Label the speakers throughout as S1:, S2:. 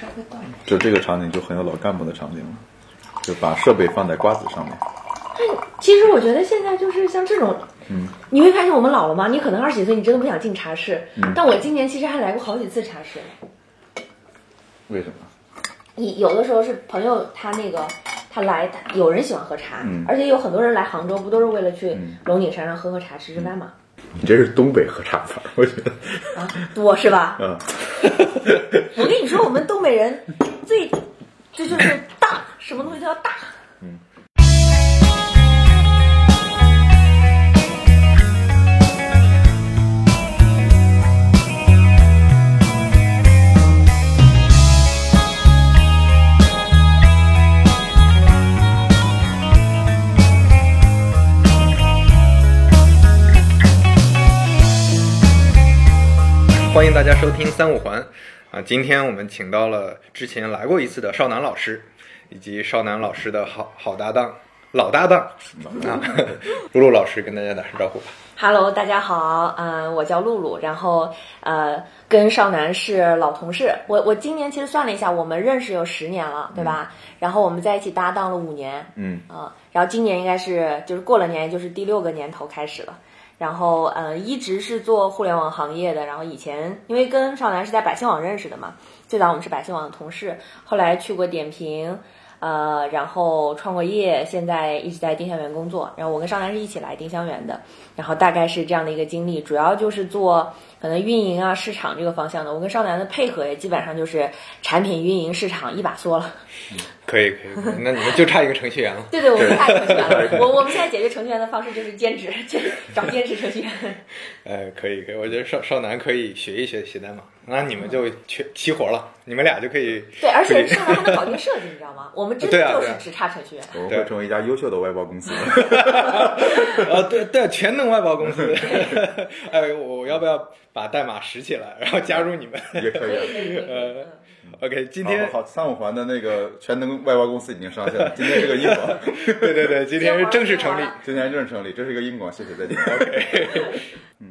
S1: 稍微大一点。
S2: 就这个场景就很有老干部的场景了，就把设备放在瓜子上面。
S3: 其实我觉得现在就是像这种，你会发现我们老了吗？你可能二十几岁，你真的不想进茶室。但我今年其实还来过好几次茶室。
S2: 为什么？
S3: 你有的时候是朋友他那个他来，他有人喜欢喝茶，而且有很多人来杭州不都是为了去龙井山上喝喝茶、吃吃饭吗？
S2: 你这是东北喝茶法儿，我觉得。
S3: 啊，多是吧？
S2: 嗯，
S3: 我跟你说，我们东北人最这就是大，什么东西都要大。
S4: 欢迎大家收听三五环啊！今天我们请到了之前来过一次的少南老师，以及少南老师的好好搭档、老搭档啊， 露露老师跟大家打声招呼吧。
S3: Hello，大家好，嗯、我叫露露，然后呃，跟少南是老同事。我我今年其实算了一下，我们认识有十年了，对吧？然后我们在一起搭档了五年，
S2: 嗯
S3: 啊、然后今年应该是就是过了年，就是第六个年头开始了。然后呃，一直是做互联网行业的，然后以前因为跟少南是在百姓网认识的嘛，最早我们是百姓网的同事，后来去过点评。呃，然后创过业，现在一直在丁香园工作。然后我跟少南是一起来丁香园的，然后大概是这样的一个经历，主要就是做可能运营啊、市场这个方向的。我跟少南的配合也基本上就是产品、运营、市场一把梭了。
S4: 可以，可以，可以那你们就差一个程序员了。
S3: 对对，我们太程序员了。我我们现在解决程序员的方式就是兼职，兼找兼职程序员。
S4: 哎，可以，可以，我觉得少少南可以学一学写代码，那你们就全齐活了，你们俩就可 以。
S3: 对，而且
S4: 可以
S3: 少南还能搞定设计，你知道吗？我们真
S4: 对啊
S3: 的就
S4: 对
S3: 是
S4: 啊
S3: 只差程序员。
S2: 我们
S4: 对
S2: 会成为一家优秀的外包公司。
S4: 啊，对对，全能外包公司。 哎，我我要不要把代码拾起来，然后加入你们
S2: 也可以啊。
S4: 呃
S3: 嗯
S4: ？OK，今
S2: 好
S4: 天
S2: 好，三五环的那个全能外包公司已经上线了，今天是个硬广，
S4: 对对对，今天是正式成立。
S2: 今天正式成立，这是一个硬广，谢谢，再见。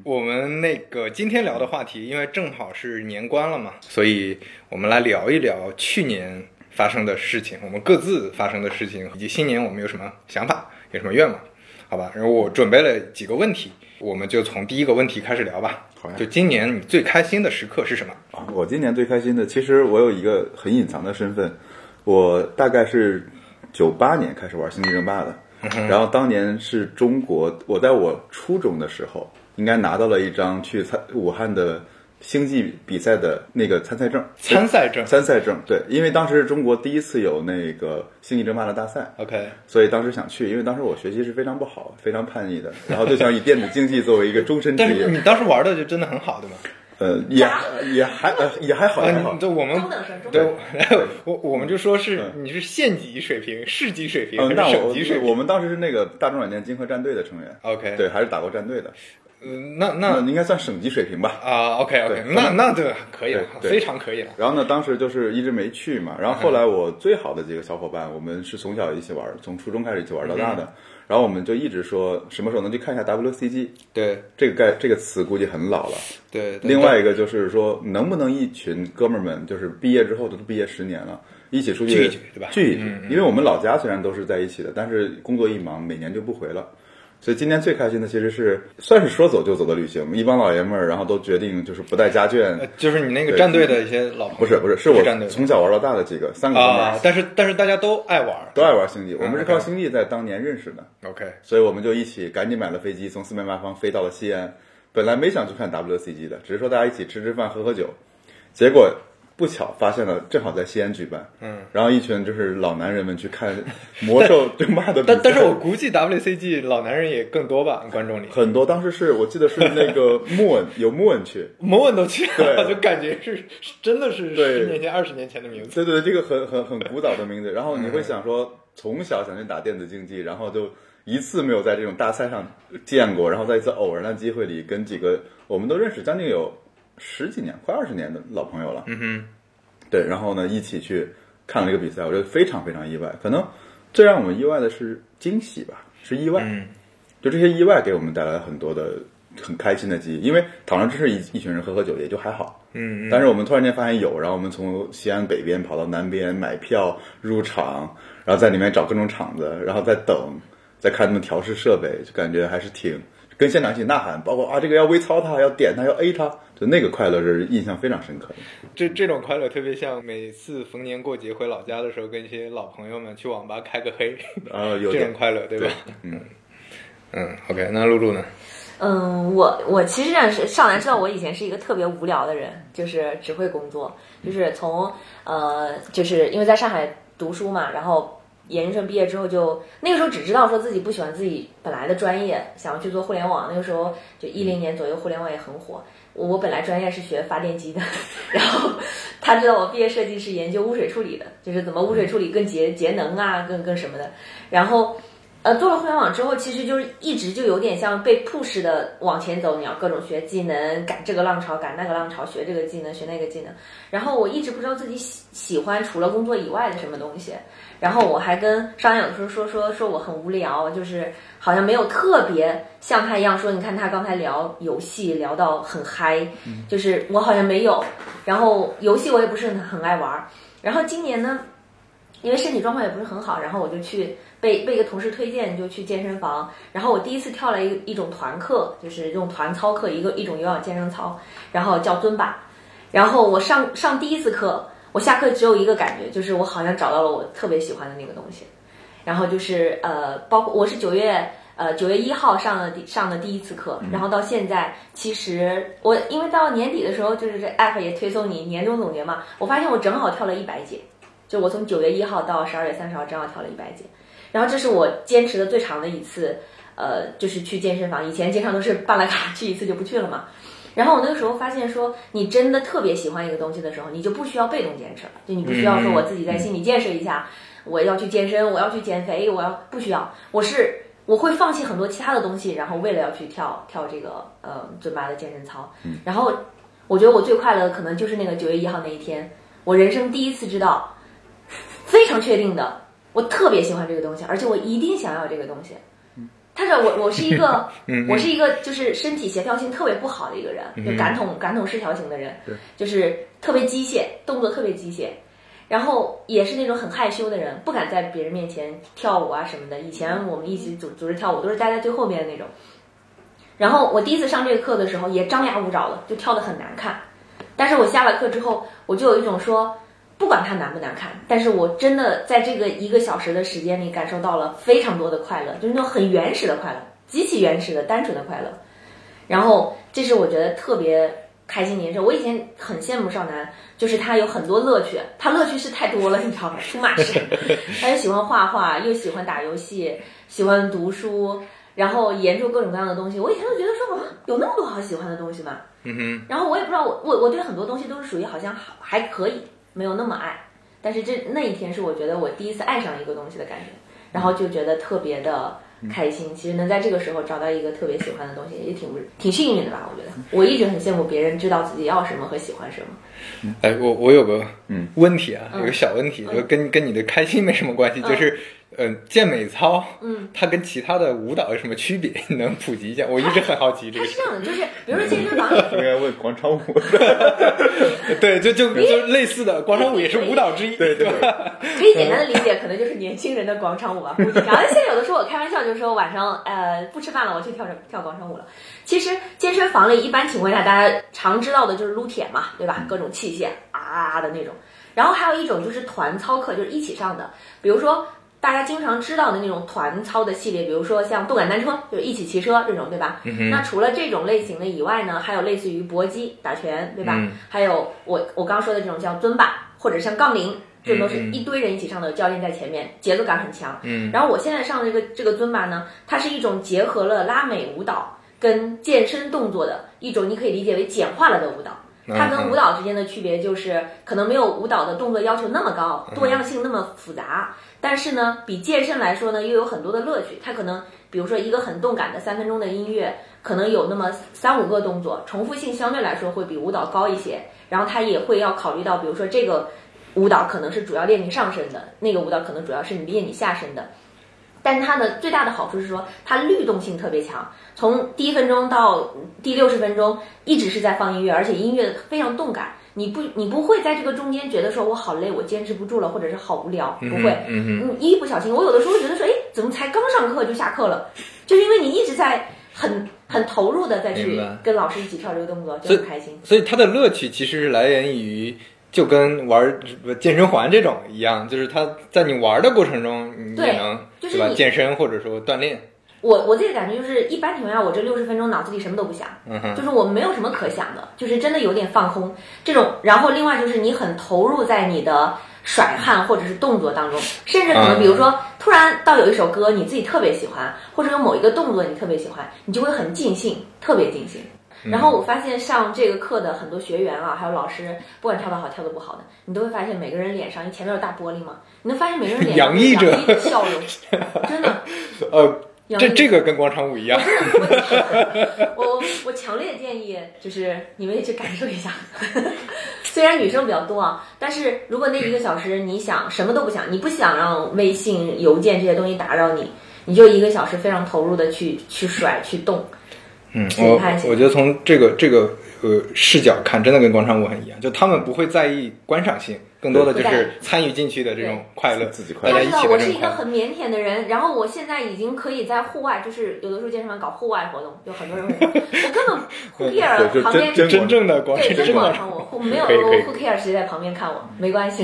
S4: 我们那个今天聊的话题，因为正好是年关了嘛，所以我们来聊一聊去年发生的事情，我们各自发生的事情，以及新年我们有什么想法，有什么愿望，好吧？然后我准备了几个问题，我们就从第一个问题开始聊吧。
S2: 好呀
S4: 就今年你最开心的时刻是什么？
S2: 啊我今年最开心的，其实我有一个很隐藏的身份，我大概是九八年开始玩《星际争霸》的，
S4: 嗯
S2: 然后当年是中国，我在我初中的时候，应该拿到了一张去参武汉的星际比赛的那个参赛证，
S4: 参赛证。
S2: 参赛证，对，因为当时是中国第一次有那个星际争霸的大赛，
S4: OK，
S2: 所以当时想去，因为当时我学习是非常不好，非常叛逆的，然后就想以电子竞技作为一个终身职
S4: 但是
S2: 业，
S4: 你当时玩的就真的很好，对吗？
S2: 呃，也也还呃也还好，也还
S4: 啊，
S2: 好
S4: 你，就我们
S3: 中等生，中
S4: 对
S3: 等生。，
S4: 我我们就说是
S2: 嗯
S4: 你是县级水平、市级水平
S2: 嗯，那
S4: 还是省
S2: 我
S4: 级水
S2: 我
S4: 平
S2: 们当时是那个大众软件金河战队的成员
S4: OK
S2: 对，还是打过战队的，
S4: 嗯，那
S2: 那
S4: 那
S2: 应该算省级水平吧。
S4: 啊，OK
S2: 对
S4: OK，那那对，可以了，
S2: 对对
S4: 非常可以了。
S2: 然后呢，当时就是一直没去嘛。然后后来我最好的几个小伙伴，我们是从小一起玩儿，从初中开始一起玩儿到大的。
S4: 嗯
S2: 然后我们就一直说什么时候能去看一下 WCG
S4: 对
S2: 这个概这个词，估计很老了。
S4: 对，对
S2: 另外一个就是说，能不能一群哥们儿们，就是毕业之后都毕业十年了，一起出去
S4: 聚一聚对吧嗯
S2: 聚一聚，因为我们老家虽然都是在一起的，但是工作一忙，每年就不回了。所以今年最开心的其实是算是说走就走的旅行，一帮老爷们儿，然后都决定就是不带家眷，
S4: 呃就是你那个
S2: 对
S4: 战队的一些老朋友
S2: 不是不是，是我
S4: 战队的
S2: 从小玩到大的几个三个哥们儿
S4: 啊，但是但是大家都爱玩，
S2: 都爱玩星际，我们是
S4: 啊，OK
S2: 靠星际在当年认识的，
S4: OK，
S2: 所以我们就一起赶紧买了飞机，从四面八方飞到了西安。本来没想去看 WCG 的，只是说大家一起吃吃饭、喝喝酒。结果不巧发现了，正好在西安举办。嗯，然后一群就是老男人们去看 魔兽争霸的比赛
S4: 但但是我估计 WCG 老男人也更多吧，观众里，
S2: 很多当时是我记得是那个莫文有莫文去，
S4: 某人都去了，
S2: 对
S4: 就感觉是是真的是
S2: 对
S4: 十年前、二十年前的名字。
S2: 对对，这个很很很古早的名字。然后你会想说，从小想去打电子竞技，然后就一次没有在这种大赛上见过，然后在一次偶然的机会里，跟几个我们都认识将近有十几年、快二十年的老朋友了，
S4: 嗯哼，
S2: 对，然后呢一起去看了一个比赛，我觉得非常非常意外。可能最让我们意外的是惊喜吧，是意外。
S4: 嗯
S2: 就这些意外给我们带来了很多的很开心的记忆，因为岛上真是一一群人喝喝酒，也就还好。
S4: 嗯，
S2: 但是我们突然间发现有，然后我们从西安北边跑到南边买票入场，然后在里面找各种场子，然后再等，再看他们调试设备，就感觉还是挺跟现场一起呐喊，包括啊这个要微操它，要点它，要 A 它，就那个快乐是印象非常深刻的。
S4: 这这种快乐特别像每次逢年过节回老家的时候，跟一些老朋友们去网吧开个黑，
S2: 然后啊有
S4: 这种
S2: 点
S4: 快乐，对吧？
S2: 嗯
S4: 嗯，OK，那露露呢？
S3: 嗯，我我其实上上来知道我以前是一个特别无聊的人，就是只会工作，就是从呃，就是因为在上海读书嘛，然后研究生毕业之后就那个时候只知道说自己不喜欢自己本来的专业，想要去做互联网。那个时候就一零年左右，互联网也很火。我我本来专业是学发电机的， 然后他知道我毕业设计是研究污水处理的，就是怎么污水处理更节节能啊，更更什么的。然后呃，做了互联网之后，其实就是一直就有点像被 push 的往前走，你要各种学技能，赶这个浪潮，赶那个浪潮，学这个技能，学那个技能。然后我一直不知道自己喜喜欢除了工作以外的什么东西。然后我还跟商量，有的时候说说说我很无聊，就是好像没有特别像他一样说，你看他刚才聊游戏聊到很嗨，就是我好像没有。然后游戏我也不是很很爱玩儿。然后今年呢，因为身体状况也不是很好，然后我就去被被一个同事推荐，就去健身房。然后我第一次跳了一一种团课，就是用团操课，一个一种有氧健身操，然后叫尊巴。然后我上上第一次课，我下课只有一个感觉，就是我好像找到了我特别喜欢的那个东西。然后就是呃，包括我是九月呃九月一号上的第上的第一次课，然后到现在，其实我因为到年底的时候，就是这 app 也推送你年终总结嘛，我发现我正好跳了一百节，就我从九月一号到十二月三十号正好跳了一百节，然后这是我坚持的最长的一次，呃，就是去健身房，以前经常都是办了卡去一次就不去了嘛。然后我那个时候发现说，你真的特别喜欢一个东西的时候，你就不需要被动坚持了，就你不需要说我自己在心理建设一下，我要去健身，我要去减肥，我要不需要，我是我会放弃很多其他的东西，然后为了要去跳跳这个呃尊巴的健身操，然后我觉得我最快乐的可能就是那个九月一号那一天，我人生第一次知道，非常确定的，我特别喜欢这个东西，而且我一定想要这个东西。但是我我是一个我是一个就是身体协调性特别不好的一个人，就感统感统失调型的人，就是特别机械，动作特别机械，然后也是那种很害羞的人，不敢在别人面前跳舞啊什么的。以前我们一起组组织跳舞，都是待在最后面的那种。然后我第一次上这个课的时候，也张牙舞爪的，就跳得很难看。但是我下了课之后，我就有一种说，不管它难不难看，但是我真的在这个一个小时的时间里，感受到了非常多的快乐，就是那种很原始的快乐，极其原始的、单纯的快乐。然后，这是我觉得特别开心的一件事。我以前很羡慕少男，就是他有很多乐趣，他乐趣是太多了，你知道吗？出马式，他又喜欢画画，又喜欢打游戏，喜欢读书，然后研究各种各样的东西。我以前就觉得说，啊，有那么多好喜欢的东西吗？
S4: 嗯哼，
S3: 然后我也不知道，我我我对很多东西都是属于好像还还可以，没有那么爱。但是这那一天是我觉得我第一次爱上一个东西的感觉，然后就觉得特别的开心。其实能在这个时候找到一个特别喜欢的东西，也挺不挺幸运的吧？我觉得我一直很羡慕别人知道自己要什么和喜欢什么。
S4: 哎，我我有个
S2: 嗯
S4: 问题啊，
S3: 嗯
S4: 有个小问题，就跟跟你的开心没什么关系，就是。嗯，健美操，
S3: 嗯，
S4: 它跟其他的舞蹈有什么区别？ 你能普及一下？我一直很好奇这
S3: 它
S4: 个
S3: 是
S4: 事。
S3: 这样的，就是比如说健身房里，
S2: 应该问广场舞，
S4: 对，就就就类似的，广场舞也是舞蹈之一， 对对吧？
S3: 可以简单的理解，可能就是年轻人的广场舞吧。估计然后现在有的时候我开玩笑就说晚上呃不吃饭了，我去跳什跳广场舞了。其实健身房里一般情况下，大家常知道的就是撸铁嘛，对吧？各种器械啊啊啊的那种。然后还有一种就是团操课，就是一起上的，比如说大家经常知道的那种团操的系列，比如说像动感单车，就是一起骑车这种，对吧？
S4: 嗯
S3: 那除了这种类型的以外呢，还有类似于搏击、打拳，对吧？
S4: 嗯
S3: 还有我我刚说的这种叫尊巴，或者像杠铃，这都是
S4: 嗯嗯
S3: 一堆人一起上的，有教练在前面，节奏感很强。
S4: 嗯，
S3: 然后我现在上的这个这个尊巴呢，它是一种结合了拉美舞蹈跟健身动作的一种，你可以理解为简化了的舞蹈。
S4: 嗯
S3: 它跟舞蹈之间的区别就是，可能没有舞蹈的动作要求那么高，
S4: 嗯
S3: 多样性那么复杂，但是呢，比健身来说呢，又有很多的乐趣。它可能，比如说一个很动感的三分钟的音乐，可能有那么三五个动作，重复性相对来说会比舞蹈高一些。然后它也会要考虑到，比如说这个舞蹈可能是主要练你上身的，那个舞蹈可能主要是你练你下身的。但是它的最大的好处是说，它律动性特别强，从第一分钟到第六十分钟一直是在放音乐，而且音乐非常动感。你不，你不会在这个中间觉得说我好累，我坚持不住了，或者是好无聊，不会。
S4: 嗯
S3: 你一不小心，我有的时候觉得说，哎，怎么才刚上课就下课了？就是因为你一直在很很投入的再
S4: 明
S3: 去
S4: 白
S3: 跟老师一起跳这个动作，就
S4: 所以
S3: 很开心。
S4: 所以它的乐趣其实是来源于，就跟玩儿不健身环这种一样，就是它在你玩儿的过程中，你
S3: 对
S4: 也能
S3: 就是
S4: 吧
S3: 你
S4: 健身或者说锻炼。
S3: 我我自己的感觉就是，一般情况下，我这六十分钟脑子里什么都不想，
S4: 嗯哼，
S3: 就是我没有什么可想的，就是真的有点放空这种。然后另外就是你很投入在你的甩汗或者是动作当中，甚至可能
S4: 嗯
S3: 比如说突然到有一首歌你自己特别喜欢，或者有某一个动作你特别喜欢，你就会很尽兴，特别尽兴。
S4: 嗯
S3: 然后我发现上这个课的很多学员啊，还有老师，不管跳得好跳得不好的，你都会发现每个人脸上，因为前面有大玻璃嘛，你能发现每个人脸上
S4: 洋溢着
S3: 洋溢着笑容，真的。
S4: 呃，
S3: 洋
S4: 这
S3: 溢着
S4: 这个跟广场舞一样，
S3: 我我强烈建议，就是你们也去感受一下。 虽然女生比较多啊，但是如果那一个小时你想什么都不想，你不想让微信、邮件这些东西打扰你，你就一个小时非常投入的去去甩、去动。
S4: 嗯，
S3: 挺
S4: 我
S3: 开心
S4: 我觉得从这个这个呃视角看，真的跟广场舞很一样，就他们不会在意观赏性，更多的就
S3: 不在意
S4: 是参与进去的这种快乐，
S2: 自己快
S4: 大
S2: 乐
S3: 他
S4: 家
S3: 知
S4: 一
S3: 道
S4: 起
S3: 我
S4: 的
S3: 是一
S4: 这种
S3: 个
S4: 快乐。
S3: 很腼腆的人，然后我现在已经可以在户外，就是有的时候健身房搞户外活动，有很多人会，我根本 who
S2: 对就
S3: care 旁边
S2: 真
S4: 真正的广
S3: 对
S4: 真
S3: 真
S4: 正
S3: 广
S4: 的
S3: 场舞，我没有
S4: 可以可以
S3: who care 谁在旁边看我，没关系。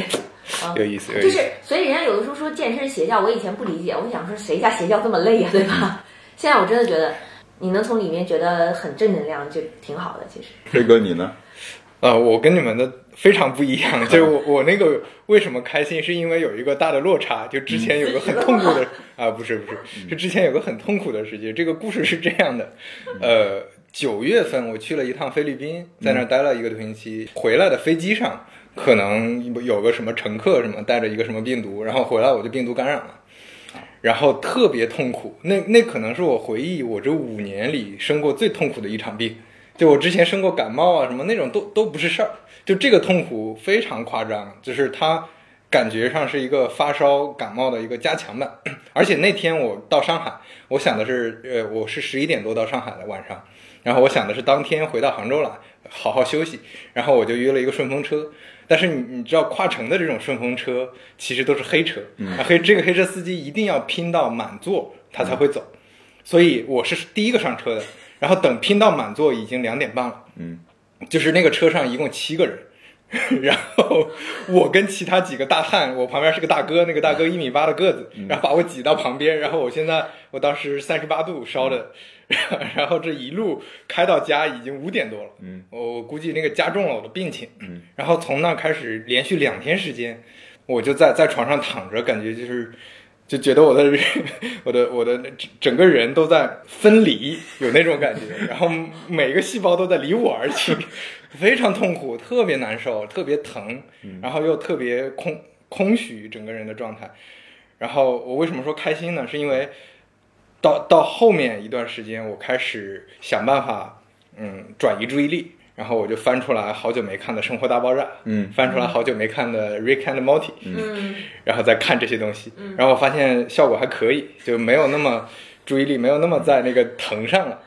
S3: 啊，
S4: 有意思，有
S3: 就
S4: 意思。
S3: 是，所以人家有的时候说健身邪教，我以前不理解，我想说谁家邪教这么累啊呀、对吧？ 现在我真的觉得，你能从里面觉得很正能量，就挺好的。其实，
S2: 飞哥你呢？
S4: 呃，我跟你们的非常不一样，就是我我那个为什么开心，是因为有一个大的落差，就之前有个很痛苦的啊，不是不是，是之前有个很痛苦的事情。这个故事是这样的，呃，九月份我去了一趟菲律宾，在那儿待了一个多星期，回来的飞机上可能有个什么乘客什么带着一个什么病毒，然后回来我就病毒感染了。然后特别痛苦，那那可能是我回忆我这五年里生过最痛苦的一场病。就我之前生过感冒啊什么那种都都不是事儿，就这个痛苦非常夸张，就是它感觉上是一个发烧感冒的一个加强版。 而且那天我到上海，我想的是，呃，我是十一点多到上海的晚上，然后我想的是当天回到杭州来好好休息，然后我就约了一个顺风车。但是你你知道跨城的这种顺风车其实都是黑车，啊黑这个黑车司机一定要拼到满座他才会走，所以我是第一个上 车的。然后等拼到满座已经两点半了，
S2: 嗯，
S4: 就是那个车上一共七个人， 然后我跟其他几个大汉，我旁边是个大哥，那个大哥一米八的个子，
S2: 嗯
S4: 然后把我挤到旁边，然后我现在我当时三十八度烧的， 然后这一路开到家已经五点多了，
S2: 嗯，
S4: 我我估计那个加重了我的病情，
S2: 嗯，
S4: 然后从那开始连续两天时间，我就在在床上躺着，感觉就是。就觉得我的我的我的整整个人都在分离，有那种感觉，然后每个细胞都在离我而去， 非常痛苦，特别难受，特别疼，然后又特别空空虚，整个人的状态。然后我为什么说开心呢？是因为到到后面一段时间，我开始想办法，嗯，转移注意力。然后我就翻出来好久没看的《生活大爆炸》，
S2: 嗯，
S4: 翻出来好久没看的《Rick and Morty》，
S3: 嗯，
S4: 然后再看这些东西，然后我发现效果还可以，就没有那么注意力没有那么在那个疼上了。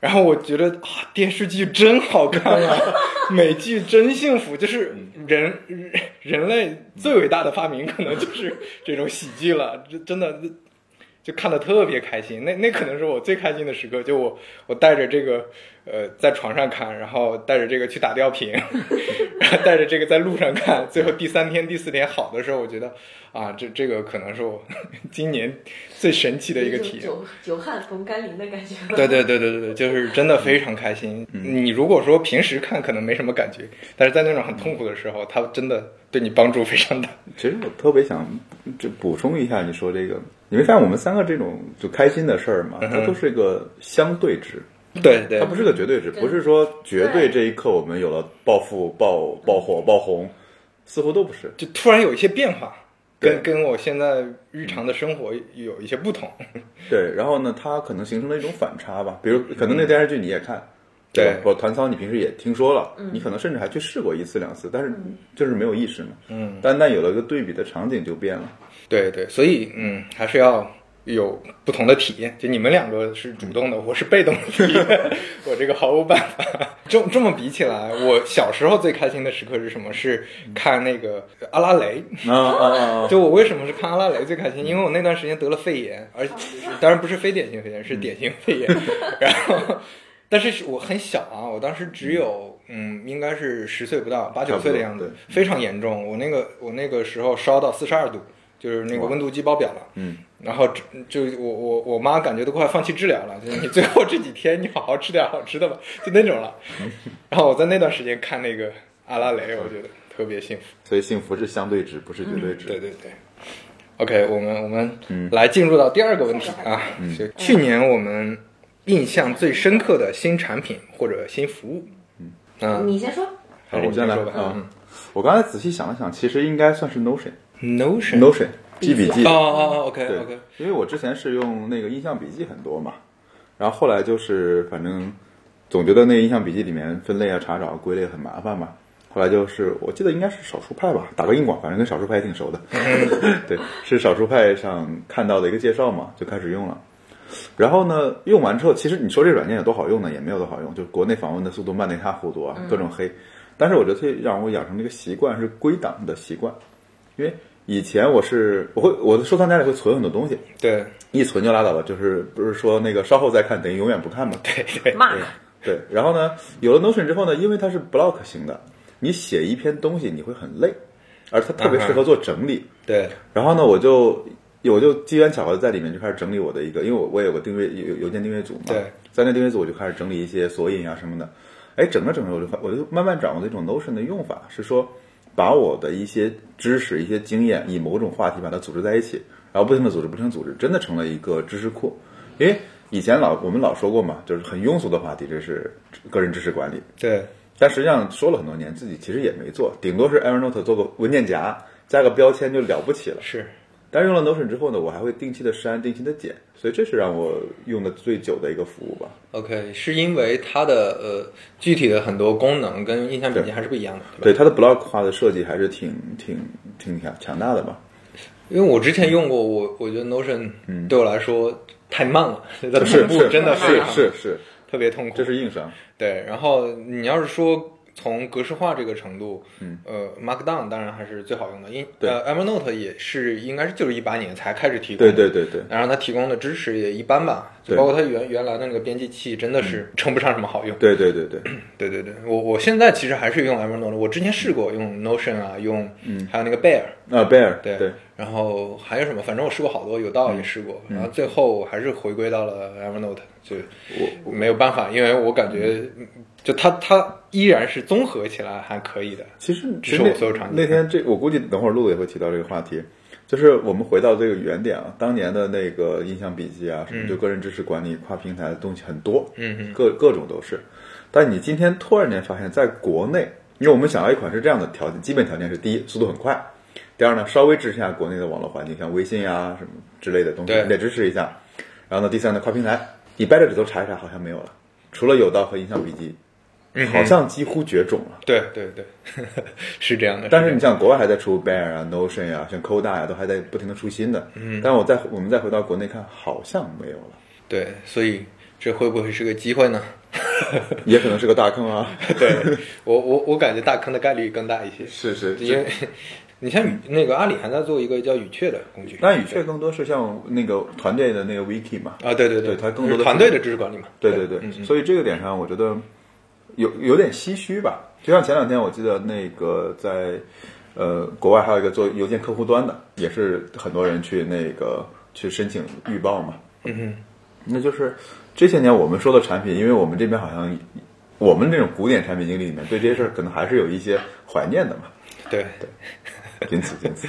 S4: 然后我觉得啊，电视剧真好看啊， 美剧真幸福，就是人人人类最伟大的发明可能就是这种喜剧了，这真的就看得特别开心。那那可能是我最开心的时刻，就我我带着这个呃在床上看，然后带着这个去打吊瓶， 然后带着这个在路上看，最后第三天、第四天好的时候，我觉得啊，这这个可能是我 今年最神奇的一个体验。
S3: 久久旱逢甘霖的感觉。
S4: 对对对对对对，就是真的非常开心。
S2: 嗯
S4: 你如果说平时看可能没什么感觉，但是在那种很痛苦的时候，它真的对你帮助非常大。
S2: 其实我特别想就补充一下，你说这个，你没发现我们三个这种就开心的事儿嘛，它都是一个相对值，
S4: 对对
S2: 嗯它，不是个绝对值，
S3: 对
S2: 不是说绝
S3: 对
S2: 对这一刻我们有了暴富、爆爆火、爆红，似乎都不是。
S4: 就突然有一些变化，跟
S2: 对
S4: 跟我现在日常的生活有一些不同。
S2: 对，然后呢，它可能形成了一种反差吧，比如可能那电视剧你也看。
S4: 嗯对
S2: 吧我团操你平时也听说了，
S3: 嗯
S2: 你可能甚至还去试过一次两次，但是就是没有意识嘛。
S4: 嗯，
S2: 但但有了一个对比的场景就变了。
S4: 对对，所以嗯，还是要有不同的体验。就你们两个是主动的，我是被动的 体 验，我这个毫无办法。 这这么比起来，我小时候最开心的时刻是什么？是
S2: 嗯
S4: 看那个阿拉蕾。
S2: 啊啊啊！
S4: 就我为什么是看阿拉蕾最开心？因为我那段时间得了肺炎，而且当然不是非典型肺炎，是典型肺炎。 然后，但是是我很小啊，我当时只有嗯，应该是十岁不到，八九岁的样
S2: 差
S4: 子
S2: 不，
S4: 非常严重。我那个我那个时候烧到四十二度，就是那个温度计爆表了。
S2: 嗯，
S4: 然后就就我我我妈感觉都快放弃治疗了，就是你最后这几天你好好吃点好吃的吧，就那种了。然后我在那段时间看那个阿拉蕾，我觉得特别幸福。
S2: 所以幸福是相对值，不是绝对值。
S4: 嗯对对对。OK，我们我
S2: 嗯
S4: 们来进入到第二个问题啊，就去年我们印象最深刻的新产品或者新服务，嗯，
S3: 你先说，
S4: 还
S2: 好，
S4: 是
S2: 我
S4: 你
S2: 先来
S4: 说吧
S2: 啊。我刚才仔细想了想，其实应该算是 Notion，Notion，G
S4: n o t i o n 哦
S2: 笔记。
S4: 哦，OK
S2: 对
S4: OK，
S2: 因为我之前是用那个印象笔记很多嘛，然后后来就是反正总觉得那个印象笔记里面分类啊、查找、归类很麻烦嘛。后来就是我记得应该是少数派吧，打个硬广，反正跟少数派挺熟 的。对，是少数派上看到的一个介绍嘛，就开始用了。然后呢，用完之后，其实你说这软件有多好用呢，也没有多好用，就是国内访问的速度慢得一塌糊涂啊，
S4: 嗯
S2: 各种黑。但是我觉得最让我养成这个习惯是归档的习惯，因为以前我是我会我的收藏夹里会存很多东西，
S4: 对
S2: 一存就拉倒了，就是不是说那个稍后再看等于永远不看嘛？
S4: 对对，
S3: 骂
S2: 对。然后呢，有了 Notion 之后呢，因为它是 block 型的，你写一篇东西你会很累，而它特别适合做整理。
S4: 对，
S2: 然后呢，我就我就机缘巧合地在里面就开始整理我的一个，因为我我有个订阅邮邮件订阅组嘛，
S4: 对，
S2: 在那订阅组我就开始整理一些索引啊什么的。哎，整着整着我就发，我就慢慢掌握了一种 Notion 的用法，是说把我的一些知识、一些经验，以某种话题把它组织在一起，然后不停的组织、不停地组织，真的成了一个知识库。因为以前老我们老说过嘛，就是很庸俗的话题，这是个人知识管理。
S4: 对
S2: 但实际上说了很多年，自己其实也没做，顶多是 Evernote 做个文件夹，加个标签就了不起了。
S4: 是，
S2: 但是用了 Notion 之后呢，我还会定期的删、定期的剪，所以这是让我用的最久的一个服务吧。
S4: OK，是因为它的呃具体的很多功能跟印象笔记
S2: 对
S4: 还是不一样的，对吧？
S2: 对它的 block 化的设计还是挺挺挺强强大的吧？
S4: 因为我之前用过，我我觉得 Notion 对我来说太慢了，它同
S2: 嗯 是
S4: 步
S2: 是
S4: 真的非
S2: 是
S4: 常
S2: 是是，
S4: 特别痛苦，
S2: 这是硬伤。
S4: 对，然后你要是说从格式化这个程度，嗯，呃，Markdown 当然还是最好用的，因
S2: 对
S4: 呃，Evernote 也是应该是就是一八年才开始提供，
S2: 对对对对，
S4: 然后它提供的支持也一般吧，就
S2: 对嗯
S4: 包括它原原来的那个编辑器真的是称不上什么好用。
S2: 对对对对，
S4: 对对对，我我现在其实还是用 Evernote，的我之前试过用 Notion 啊，用还有那个 Bear，
S2: 啊 bear
S4: 对
S2: 对，
S4: 然后还有什么？反正我试过好多，有道也试过，
S2: 嗯
S4: 然后最后我还是回归到了 Evernote，就我没有办法，因为我感觉嗯就它它依然是综合起来还可以的。
S2: 其实其
S4: 这是
S2: 实
S4: 我
S2: 那
S4: 所有场景
S2: 那天这，我估计等会儿露露也会提到这个话题，就是我们回到这个原点啊，当年的那个印象笔记啊，什么就个人知识管理、跨平台的东西很多，
S4: 嗯
S2: 各各种都是。但你今天突然间发现，在国内，因为我们想要一款是这样的条件，基本条件是：第一，速度很快；第二呢，稍微支持一下国内的网络环境，像微信啊什么之类的东西，
S4: 对
S2: 你得支持一下。然后呢，第三呢，跨平台，你掰着指头查一查，好像没有了，除了有道和印象笔记，
S4: 嗯
S2: 好像几乎绝种了。
S4: 对对 对，是这样的。
S2: 但是你像国外还在出 Bear 啊、Notion 啊、像 Coda 呀、都还在不停的出新的。嗯，但我再我们再回到国内看，好像没有了，
S4: 对，所以这会不会是个机会呢？
S2: 也可能是个大坑啊。
S4: 对 我我我感觉大坑的概率更大一些，
S2: 是是
S4: 因为你像语那个阿里还在做一个叫语雀的工具。
S2: 但语雀更多是像那个团队的那个 Wiki 嘛。
S4: 啊，对对
S2: 对它更多的
S4: 就是
S2: 是
S4: 团队的知识管理嘛。
S2: 对对对，所以这个点上，我觉得有有点唏嘘吧。就像前两天我记得那个在呃国外还有一个做邮件客户端的，也是很多人去那个去申请预报嘛。
S4: 嗯
S2: 那就是这些年我们说的产品，因为我们这边好像我们这种古典产品经理里面，对这些事儿可能还是有一些怀念的嘛。
S4: 哼，对对
S2: 仅此仅此。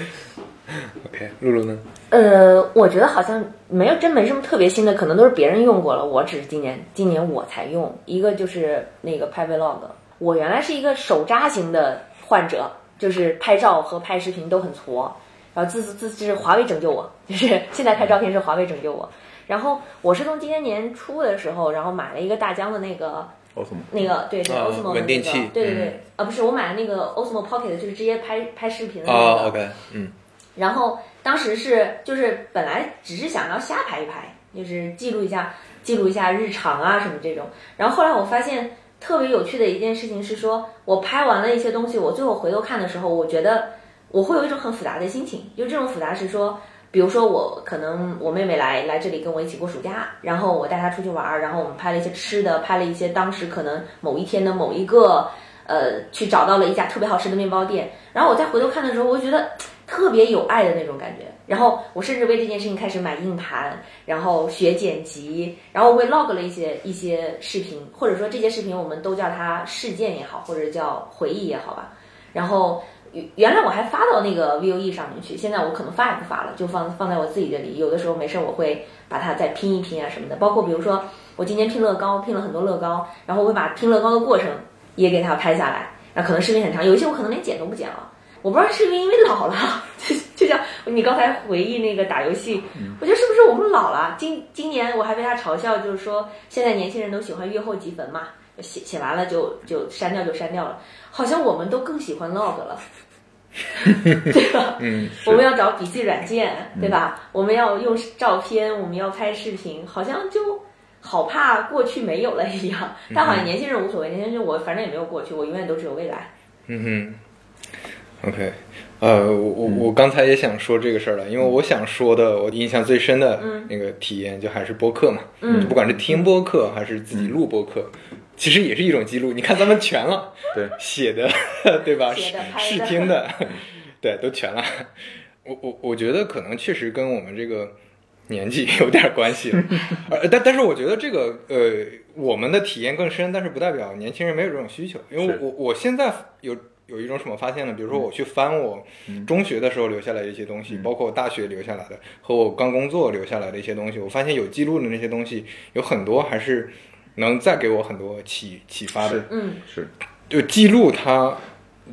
S4: ，OK，露露呢？
S3: 呃，我觉得好像没有，真没什么特别新的，可能都是别人用过了，我只是今年今年我才用。一个就是那个拍 vlog，我原来是一个手扎型的患者，就是拍照和拍视频都很挫，然后自自自是华为拯救我，就是现在拍照片是华为拯救我。然后我是从今年年初的时候，然后买了一个大疆的那个
S2: 奥特曼
S3: 那个对那
S4: 啊
S3: 个 Osmo 的
S4: 稳
S3: 那个
S4: 定器
S3: 对对
S4: 嗯
S3: 对，啊不是我买了那个 Osmo Pocket，就是直接拍拍视频的那个。
S4: 哦哦，OK，嗯，
S3: 然后当时是就是本来只是想要瞎排一排，就是记录一下记录一下日常啊什么这种。然后后来我发现特别有趣的一件事情是说，我拍完了一些东西，我最后回头看的时候，我觉得我会有一种很复杂的心情，就这种复杂是说。比如说我可能我妹妹来来这里跟我一起过暑假，然后我带她出去玩儿，然后我们拍了一些吃的，拍了一些当时可能某一天的某一个呃去找到了一家特别好吃的面包店，然后我再回头看的时候，我就觉得特别有爱的那种感觉。然后我甚至为这件事情开始买硬盘，然后学剪辑，然后我会 log 了一些一些视频，或者说这些视频我们都叫它事件也好，或者叫回忆也好吧。然后原原来我还发到那个 VOE 上面去，现在我可能发也不发了，就放放在我自己这里。有的时候没事儿我会把它再拼一拼啊什么的，包括比如说我今天拼乐高，拼了很多乐高，然后我会把拼乐高的过程也给它拍下来。那可能视频很长，有一些我可能连剪都不剪了。我不知道是不是因为老了，就就像你刚才回忆那个打游戏，我觉得是不是我们老了？今今年我还被他嘲笑，就是说现在年轻人都喜欢阅后即焚嘛，写写完了就就删掉就删掉了，好像我们都更喜欢 log 了。对吧？
S4: 嗯，
S3: 我们要找笔记软件，对吧？我们要用照片，我们要拍视频，好像就好怕过去没有了一样。但好像年轻人无所谓，年轻人我反正也没有过去，我永远都只有未来。
S4: 嗯哼，OK，呃，我我我刚才也想说这个事儿了，因为我想说的，我印象最深的那个体验就还是播客嘛，
S3: 嗯
S4: 就不管是听播客还是自己录播客，其实也是一种记录。你看咱们全了，
S2: 对，
S4: 写的 对吧？
S3: 写的拍的
S4: 试试听的， 对，都全了。我我我觉得可能确实跟我们这个年纪有点关系 了，呃，但但是我觉得这个呃，我们的体验更深，但是不代表年轻人没有这种需求，因为
S2: 是
S4: 我我我现在有有一种什么发现呢？比如说我去翻我
S3: 嗯
S4: 中学的时候留下来的一些东西，包括我大学留下来的和我刚工作留下来的一些东西，我发现有记录的那些东西有很多还是能再给我很多启启发的
S2: 是。
S3: 嗯
S2: 是
S4: 就记录它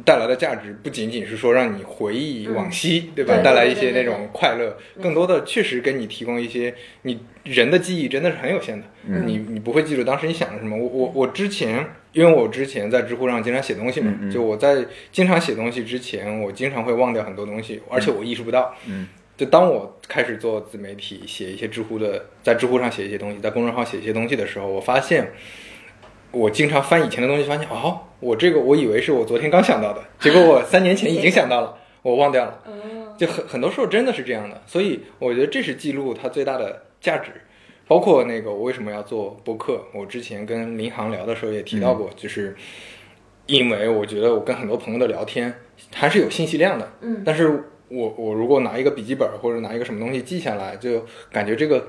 S4: 带来的价值，不仅仅是说让你回忆往昔，对吧？
S3: 嗯对
S4: 带来一
S3: 对
S4: 些
S3: 对
S4: 那种快乐，更多的确实给你提供一些你人的记忆真的是很有限的，
S3: 嗯
S4: 你你不会记住当时你想了什么。我我我之前。因为我之前在知乎上经常写东西嘛，
S3: 嗯
S4: 就我在经常写东西之前，我经常会忘掉很多东
S3: 嗯
S4: 西，而且我意识不到。
S2: 嗯，
S4: 就当我开始做自媒体，写一些知乎的，在知乎上写一些东西，在公众号写一些东西的时候，我发现我经常翻以前的东西，发现哦，我这个我以为是我昨天刚想到的，结果我三年前已经想到了，我忘掉了。
S3: 嗯
S4: 就很很多时候真的是这样的，所以我觉得这是记录它最大的价值。包括那个我为什么要做播客，我之前跟林航聊的时候也提到
S3: 嗯
S4: 过，就是因为我觉得我跟很多朋友的聊天还是有信息量的，
S3: 嗯
S4: 但是我我如果拿一个笔记本或者拿一个什么东西记下来，就感觉这个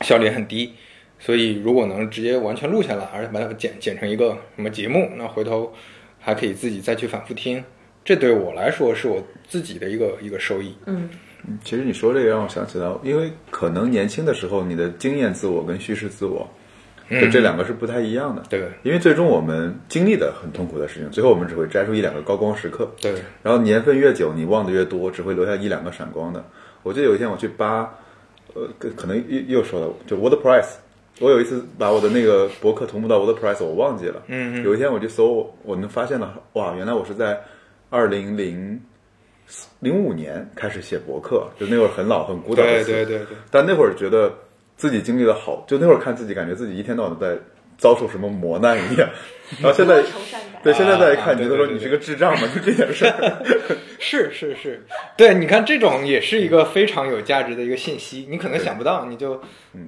S4: 效率很低。所以如果能直接完全录下来，而且把它剪剪成一个什么节目，那回头还可以自己再去反复听。这对我来说是我自己的一个一个收益。
S3: 嗯
S2: 嗯其实你说这个让我想起来，因为可能年轻的时候，你的经验自我跟叙事自我，就这两个是不太一样的。
S4: 对
S2: 因为最终我们经历的很痛苦的事情，最后我们只会摘出一两个高光时刻。
S4: 对，
S2: 然后年份越久，你忘得越多，只会留下一两个闪光的。我记得有一天我去扒，呃，可可能又又说了，就 WordPress，我有一次把我的那个博客同步到 WordPress，我忘记了。嗯有一天我去搜，我们发现了，哇，原来我是在二零零零五年开始写博客，就那会儿很老很古早的
S4: 对
S2: 词。
S4: 对对对，
S2: 但那会儿觉得自己经历的好，就那会儿看自己，感觉自己一天到晚在遭受什么磨难一 样。然后现在
S3: 多愁善感，
S2: 对现在再一
S4: 啊
S2: 看，你
S4: 对
S2: 就
S4: 对
S2: 说
S4: 对
S2: 你是
S4: 对
S2: 个智障嘛，就这点事儿。
S4: 是是是，对，你看这种也是一个非常有价值的一个信息，你可能想不到，你就，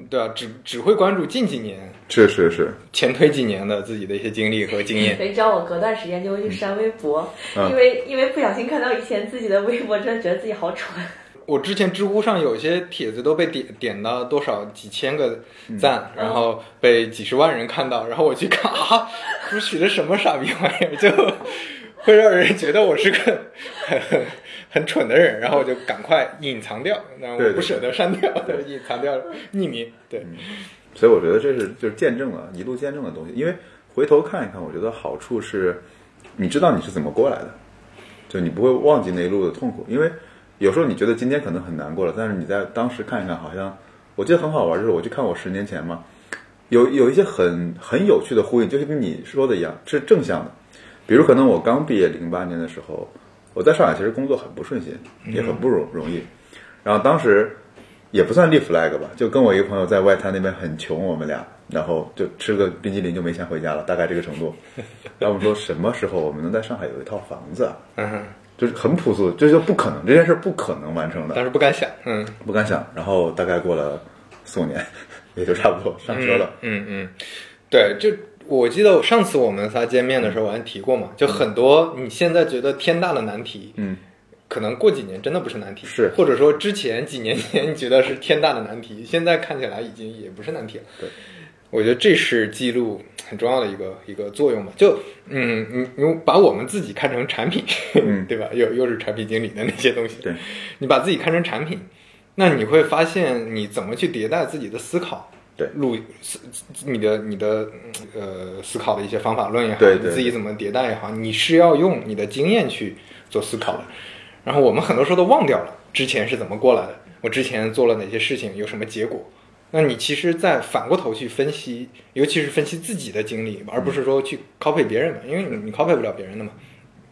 S4: 对啊，只只会关注近几年、
S2: 是是是，
S4: 前推几年的自己的一些经历和经验。
S3: 所以，知道我隔段时间就会去删微博，
S2: 嗯
S3: 因为因为不小心看到以前自己的微博，真的觉得自己好蠢。
S4: 我之前知乎上有些帖子都被点点到多少几千个
S2: 嗯
S4: 赞，然后被几十万人看到，然后我去看啊，我取的什么傻逼玩意儿，就会让人觉得我是个很很很蠢的人，然后我就赶快隐藏掉，那
S2: 对
S4: 我
S2: 对嗯
S4: 不舍得删掉，对，隐藏掉匿名，对，
S2: 所以我觉得这是就是见证了一路见证的东西，因为回头看一看，我觉得好处是，你知道你是怎么过来的，就你不会忘记那一路的痛苦，因为有时候你觉得今天可能很难过了，但是你在当时看一看，好像我记得很好玩，就是我去看我十年前嘛，有有一些很很有趣的呼应，就是跟你说的一样，是正向的，比如可能我刚毕业零八年的时候，我在上海其实工作很不顺心，也很不容容易。然后当时也不算立 flag 吧，就跟我一个朋友在外滩那边很穷，我们俩，然后就吃个冰激凌就没钱回家了，大概这个程度。然后我们说什么时候我们能在上海有一套房子啊？
S4: 嗯哼，
S2: 就是很朴素，这就不可能，这件事不可能完成的。
S4: 但是不敢想，嗯，
S2: 不敢想。然后大概过了四五年，也就差不多上车了。
S4: 嗯嗯，对，就我记得上次我们仨见面的时候，我还提过嘛，就很多你现在觉得天大的难题，
S2: 嗯，
S4: 可能过几年真的不是难题，
S2: 是
S4: 或者说之前几年前你觉得是天大的难题，现在看起来已经也不是难题了。
S2: 对，
S4: 我觉得这是记录很重要的一个一个作用吧。就嗯，你你把我们自己看成产品，
S2: 嗯
S4: 对吧？又又是产品经理的那些东西，
S2: 对，
S4: 你把自己看成产品，那你会发现你怎么去迭代自己的思考。
S2: 对
S4: 路思你的你的呃思考的一些方法论也好，
S2: 对对
S4: 你自
S2: 对
S4: 己怎么迭代也好，你是要用你的经验去做思考的。然后我们很多时候都忘掉了之前是怎么过来的，我之前做了哪些事情，有什么结果。那你其实再反过头去分析，尤其是分析自己的经历，而不是说去 copy 别人嘛，因为你你 copy 不了别人的嘛。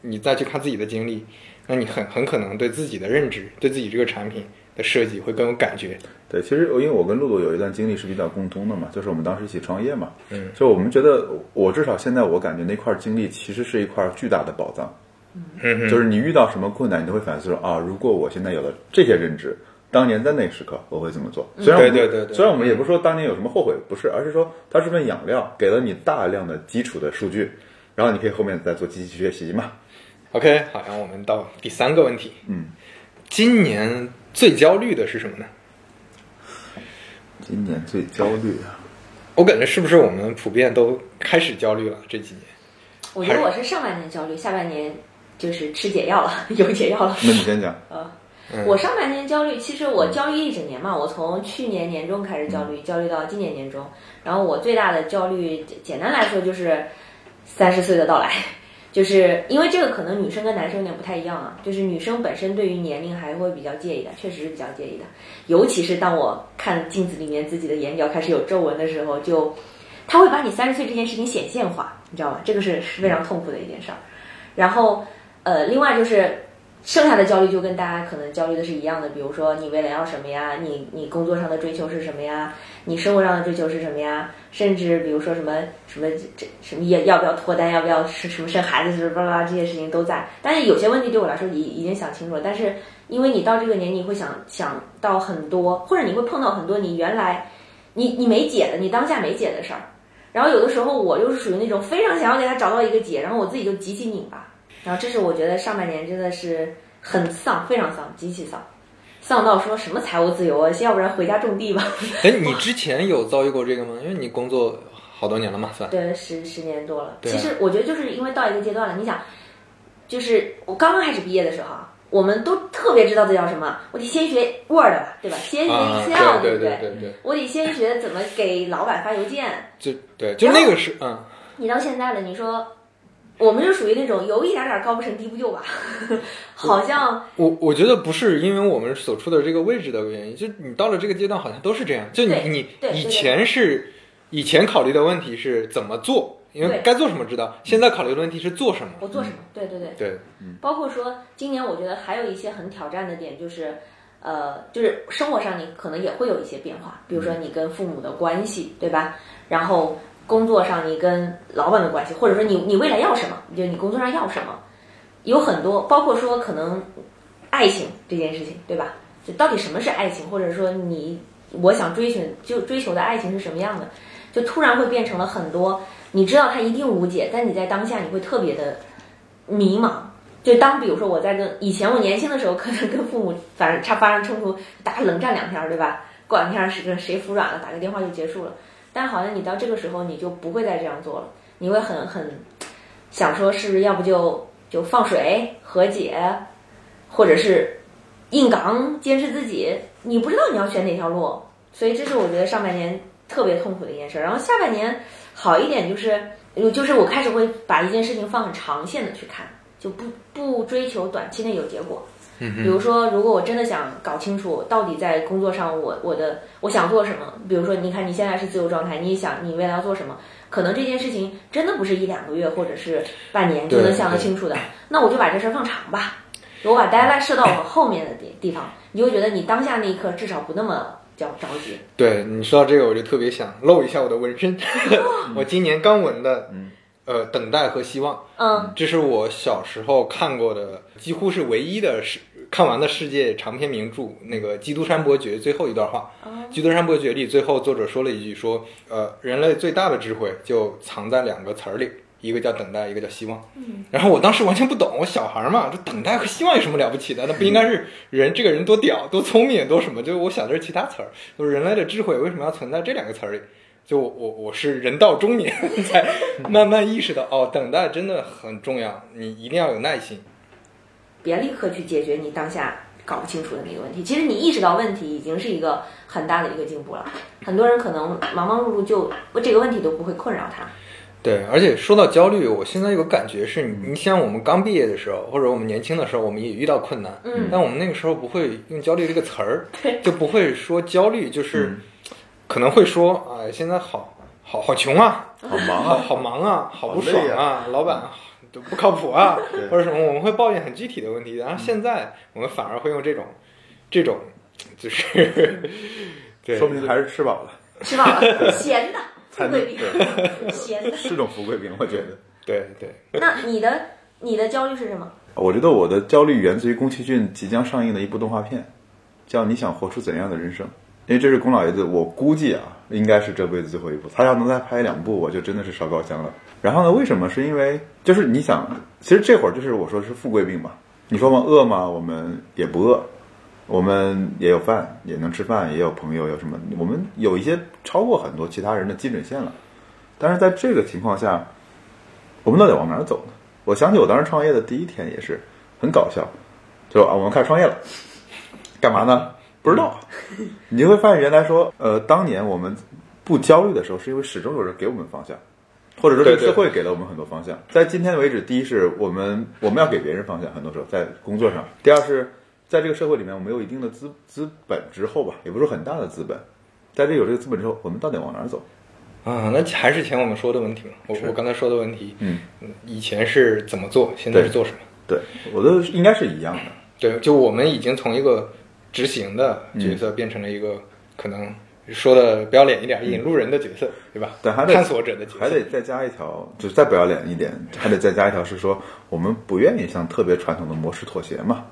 S4: 你再去看自己的经历，那你很很可能对自己的认知，对自己这个产品的设计会更有感觉。
S2: 对，其实我因为我跟露露有一段经历是比较共通的嘛，就是我们当时一起创业嘛，
S4: 嗯，
S2: 就我们觉得，我至少现在我感觉那块经历其实是一块巨大的宝藏，
S4: 嗯哼
S2: 就是你遇到什么困难，你都会反思说啊，如果我现在有了这些认知，当年在那个时刻我会怎么做？虽然我们
S4: 嗯对对对对嗯
S2: 虽然我们也不是说当年有什么后悔，不是，而是说它是份养料，给了你大量的基础的数据，然后你可以后面再做机器学习嘛。
S4: OK，好，然后我们到第三个问题。
S2: 嗯，
S4: 今年最焦虑的是什么呢？
S2: 今年最焦虑啊，
S4: 我感觉是不是我们普遍都开始焦虑了这几年？
S3: 我觉得我是上半年焦虑，下半年就是吃解药了， 有解药了。
S2: 那你先讲，
S3: 我上半年焦虑，其实我焦虑一整年嘛，我从去年年中开始焦虑，焦虑到今年年中。然后我最大的焦虑，简简单来说就是三十岁的到来，就是因为这个可能女生跟男生有点不太一样啊，就是女生本身对于年龄还会比较介意的，确实是比较介意的。尤其是当我看镜子里面自己的眼角开始有皱纹的时候，就他会把你三十岁这件事情显现化，你知道吗？这个是是非常痛苦的一件事儿。然后呃，另外就是剩下的焦虑就跟大家可能焦虑的是一样的，比如说你未来要什么呀，你你工作上的追求是什么呀，你生活上的追求是什么呀，甚至比如说什么什么这什么要要不要脱单，要不要生什么生孩子，什么巴拉巴拉这些事情都在。但是有些问题对我来说已已经想清楚了，但是因为你到这个年纪，你会想想到很多，或者你会碰到很多你原来你你没解的，你当下没解的事儿。然后有的时候我又是属于那种非常想要给他找到一个解，然后我自己就极其拧巴。然后这是我觉得上半年真的是很丧，非常丧，极其丧，丧到说什么财务自由啊，要不然回家种地吧。
S4: 哎，你之前有遭遇过这个吗？因为你工作好多年了嘛，算。
S3: 对，十十年多了。
S4: 对啊
S3: 其实我觉得就是因为到一个阶段了，你想，就是我刚刚开始毕业的时候啊，我们都特别知道这叫什么，我得先学 Word 吧，对吧？先学
S4: 啊，
S3: Excel，、
S4: 对
S3: 不
S4: 对对对，
S3: 我得先学怎么给老板发邮件。
S4: 就对，就那个是嗯，
S3: 你到现在了，你说我们就属于那种有一点点高不成低不就吧， 好像
S4: 我我觉得不是因为我们所处的这个位置的原因，就你到了这个阶段好像都是这样，就
S3: 对
S4: 你你
S3: 对对
S4: 以前是以前考虑的问题是怎么做，因为
S3: 对
S4: 该做什么知道，现在考虑的问题是做什么。
S3: 我做什么？对对对。
S4: 对，
S3: 包括说，今年我觉得还有一些很挑战的点，就是，呃，就是生活上你可能也会有一些变化，比如说你跟父母的关系，对吧？然后工作上你跟老板的关系，或者说你你未来要什么，就你工作上要什么，有很多，包括说可能爱情这件事情，对吧？就到底什么是爱情，或者说你我想追寻就追求的爱情是什么样的，就突然会变成了很多，你知道它一定无解，但你在当下你会特别的迷茫。就当比如说我在跟以前我年轻的时候，可能跟父母反正差发生冲突，打个冷战两天儿，对吧？过两天儿是谁服软了，打个电话就结束了。但好像你到这个时候，你就不会再这样做了，你会很很想说，是不是要不就就放水和解，或者是硬刚坚持自己，你不知道你要选哪条路，所以这是我觉得上半年特别痛苦的一件事儿。然后下半年好一点就是，呃就是我开始会把一件事情放很长线的去看。就不不追求短期内有结果。
S4: 嗯
S3: 比如说，如果我真的想搞清楚到底在工作上我我的我想做什么，比如说，你看你现在是自由状态，你想你未来要做什么，可能这件事情真的不是一两个月或者是半年就
S4: 对
S3: 能想得
S4: 对嗯
S3: 清楚的。那我就把这事儿放长吧，如果把 deadline 设到我们后面的地地方，你就会觉得你当下那一刻至少不那么着着急。
S4: 对你说到这个，我就特别想露一下我的纹身， 我今年刚纹的，呃，等待和希望，
S3: 嗯，
S4: 这是我小时候看过的，几乎是唯一的世看完的世界长篇名著。那个《基督山伯爵》最后一段话，《基督山伯爵》里最后作者说了一句说，呃，人类最大的智慧就藏在两个词儿里。一个叫等待，一个叫希望。然后我当时完全不懂，我小孩儿嘛，这等待和希望有什么了不起的？那不应该是人这个人多屌、多聪明、多什么？就我想的是其他词儿，就是人类的智慧为什么要存在这两个词儿里？就我我我是人到中年才 慢慢意识到，哦，等待真的很重要，你一定要有耐心。
S3: 别立刻去解决你当下搞不清楚的那个问题。其实你意识到问题已经是一个很大的一个进步了。很多人可能忙忙碌碌就我这个问题都不会困扰他。
S4: 对，而且说到焦虑，我现在有个感觉是，你像我们刚毕业的时候，或者我们年轻的时候，我们也遇到困难，
S3: 嗯
S4: 但我们那个时候不会用焦虑这个词儿
S3: 对，
S4: 就不会说焦虑，就是、可能会说啊、现在好好好穷啊，
S2: 好忙
S4: 好
S2: 啊，
S4: 好忙啊，好不
S2: 好累
S4: 爽啊
S2: 啊，
S4: 老板都不靠谱 啊
S2: 对，
S4: 或者什么，我们会抱怨很具体的问题。然后现在我们反而会用这种这种，就是 对，
S2: 说不定还是吃饱了，
S3: 吃饱 了，咸的，
S2: 才
S3: 富
S2: 能
S3: 贵饼，
S2: 对
S3: 咸的。
S2: 是种富贵病，我觉得。
S4: 对对，
S3: 那你的你的焦虑是什么？
S2: 我觉得我的焦虑源自于宫崎骏即将上映的一部动画片，叫《你想活出怎样的人生》。因为这是宫老爷子，我估计啊，应该是这辈子最后一部。他要能再拍两部，我就真的是烧高香了。然后呢，为什么？是因为就是你想，其实这会儿就是我说是富贵病嘛。你说嘛，饿吗？我们也不饿，我们也有饭，也能吃饭，也有朋友，有什么？我们有一些超过很多其他人的基准线了。但是在这个情况下，我们到底往哪儿走呢？我想起我当时创业的第一天也是很搞笑，就啊，我们开始创业了，干嘛呢？不知道。你就会发现，原来说，呃，当年我们不焦虑的时候，是因为始终有人给我们方向，或者说这个
S4: 对对
S2: 社会给了我们很多方向。在今天为止，第一是我们我们要给别人方向，很多时候在工作上；第二是在这个社会里面，我们有一定的资资本之后吧，也不是很大的资本，在这有这个资本之后，我们到底往哪儿走？
S4: 啊，那还是前我们说的问题嘛，我
S2: 是
S4: 我刚才说的问题，
S2: 嗯，
S4: 以前是怎么做，现在是
S2: 对
S4: 做什么？
S2: 对，我的应该是一样的。
S4: 对，就我们已经从一个执行的
S2: 嗯
S4: 角色变成了一个、可能说的不要脸一点，引路人的角色，对吧？
S2: 对，还得
S4: 探索者的角色，
S2: 还得再加一条，就是再不要脸一点，还得再加一条是说，我们不愿意向特别传统的模式妥协嘛。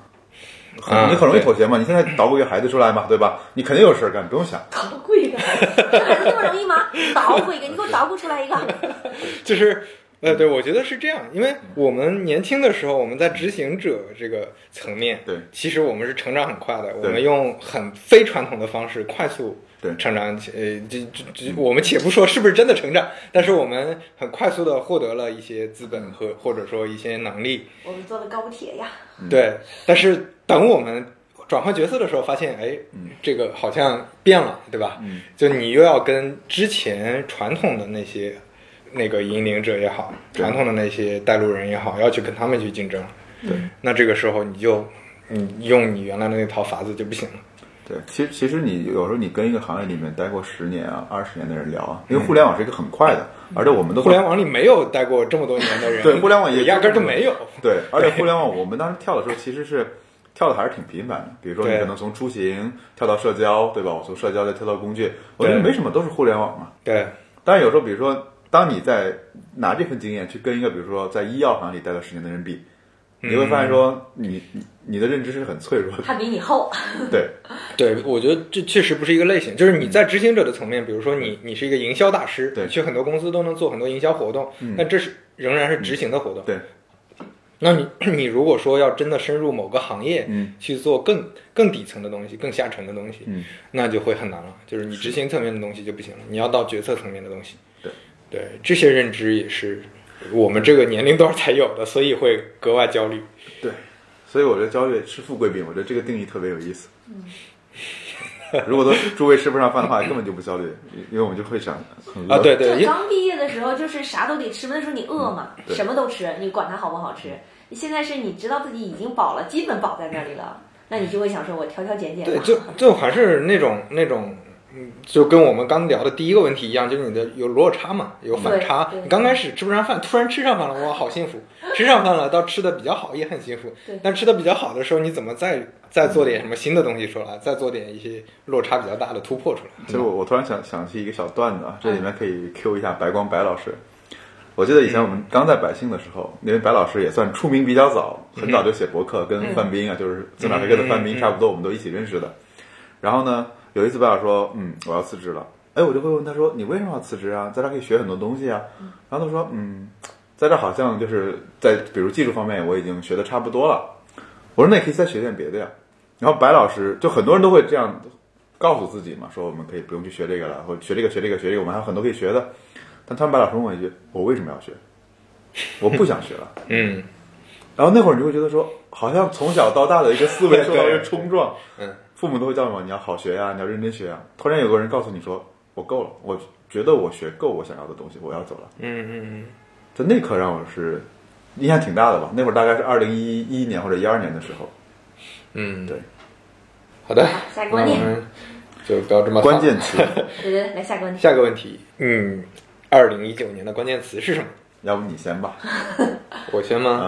S2: 很
S4: 啊
S2: 你很容易
S4: 对
S2: 妥协嘛，你现在捣鼓一个孩子出来嘛，对吧？你肯定有事儿干，不用想。
S3: 捣鼓一个， 那么容易吗？捣鼓一个，你给我捣鼓出来一个。
S4: 就是，呃，对，我觉得是这样，因为我们年轻的时候，我们在执行者这个层面，
S2: 对
S4: 其实我们是成长很快的，我
S2: 对
S4: 们用很非传统的方式快速
S2: 对
S4: 成长起，呃，这这这，我们且不说是不是真的成长，但是我们很快速的获得了一些资本和或者说一些能力，
S3: 我们坐的高铁呀，
S2: 嗯
S4: 对，但是等我们转换角色的时候，发现哎，这个好像变了，对吧？
S2: 嗯
S4: 就你又要跟之前传统的那些那个引领者也好，
S2: 对
S4: 传统的那些带路人也好，要去跟他们去竞争。
S2: 对
S4: 那这个时候你就你用你原来的那套法子就不行了。
S2: 对，其实其实你有时候你跟一个行业里面待过十年啊、二十年的人聊啊，因为互联网是一个很快的，而且我们都
S4: 嗯互联网里没有待过这么多年的人，
S2: 对互联网也
S4: 压根儿就没有。
S2: 对，而且互联网我们当时跳的时候其实是跳的还是挺频繁的，比如说你
S4: 对
S2: 可能从出行跳到社交，对吧？我从社交再跳到工具，我觉得
S4: 对
S2: 没什么，都是互联网嘛。
S4: 对，
S2: 但是有时候，比如说，当你在拿这份经验去跟一个，比如说在医药行里待了十年的人比，
S4: 嗯
S2: 你会发现说你，你你的认知是很脆弱的。
S3: 他比你厚。
S2: 对，
S4: 对，我觉得这确实不是一个类型。就是你在执行者的层面，比如说你你是一个营销大师，
S2: 嗯对嗯
S4: 去很多公司都能做很多营销活动，但这是仍然是执行的活动。
S2: 对，
S4: 那你 你如果说要真的深入某个行业，
S2: 嗯
S4: 去做更更底层的东西、更下沉的东西，
S2: 嗯
S4: 那就会很难了。就是你执行层面的东西就不行了，你要到决策层面的东西。
S2: 对
S4: 对，这些认知也是我们这个年龄段才有的，所以会格外焦虑。
S2: 对，所以我觉得焦虑是富贵病，我觉得这个定义特别有意 思。如果都诸位吃不上饭的话，根本就不焦虑，因为我们就会想很饿
S4: 啊，对对，
S3: 就
S4: 因嗯
S3: 刚毕业的时候，就是啥都得吃，那时候你饿嘛，
S2: 对
S3: 什么都吃，你管它好不好吃。现在是你知道自己已经饱了，基本饱在那里了，那你就会想说，我挑挑拣拣
S4: 对，
S3: 吧。
S4: 就就还是那种那种嗯，就跟我们刚聊的第一个问题一样，就是你的有落差嘛，有反差
S3: 对。对
S4: 你刚开始吃不上饭，突然吃上饭了，哇，好幸福！吃上饭了，到吃的比较好也很幸福
S3: 对。
S4: 但吃的比较好的时候，你怎么再再做点什么新的东西出来，再做点一些落差比较大的突破出来？
S2: 其实我我突然想想起一个小段子啊，这里面可以 Q 一下白光白老师。我记得以前我们刚在百姓的时候，因为白老师也算出名比较早，很早就写博客，跟范冰啊，就是自马飞哥的范冰差不多，我们都一起认识的。然后呢，有一次白老师说：“嗯，我要辞职了。”哎，我就会问他说：“你为什么要辞职啊？在这儿可以学很多东西啊。”然后他说：“嗯，在这儿好像就是在比如技术方面我已经学的差不多了。”我说：“那也可以再学点别的呀。”然后白老师就很多人都会这样告诉自己嘛，说我们可以不用去学这个了，或者学这个学这个学这个，我们还有很多可以学的。但他们白老师问我一句：“我为什么要学？我不想学了。”
S4: 嗯，
S2: 然后那会儿你就会觉得说，好像从小到大的一个思 维受到一个冲撞，
S4: 嗯，
S2: 父母都会教育我你要好学呀、你要认真学呀、突然有个人告诉你说，我够了，我觉得我学够我想要的东西，我要走了。
S4: 嗯嗯
S2: 就那刻让我是印象挺大的吧。那会儿大概是二零一一年或者一二年的时候，
S4: 嗯，
S2: 对。
S4: 好的，
S3: 下一个
S4: 那
S3: 观
S4: 我
S3: 点，
S4: 们就不要这么
S2: 关键词，
S3: 对对，对来下个问题。
S4: 下一个问题，嗯，二零一九年的关键词是什么？
S2: 要不你先吧？
S4: 我先吗？
S2: 啊，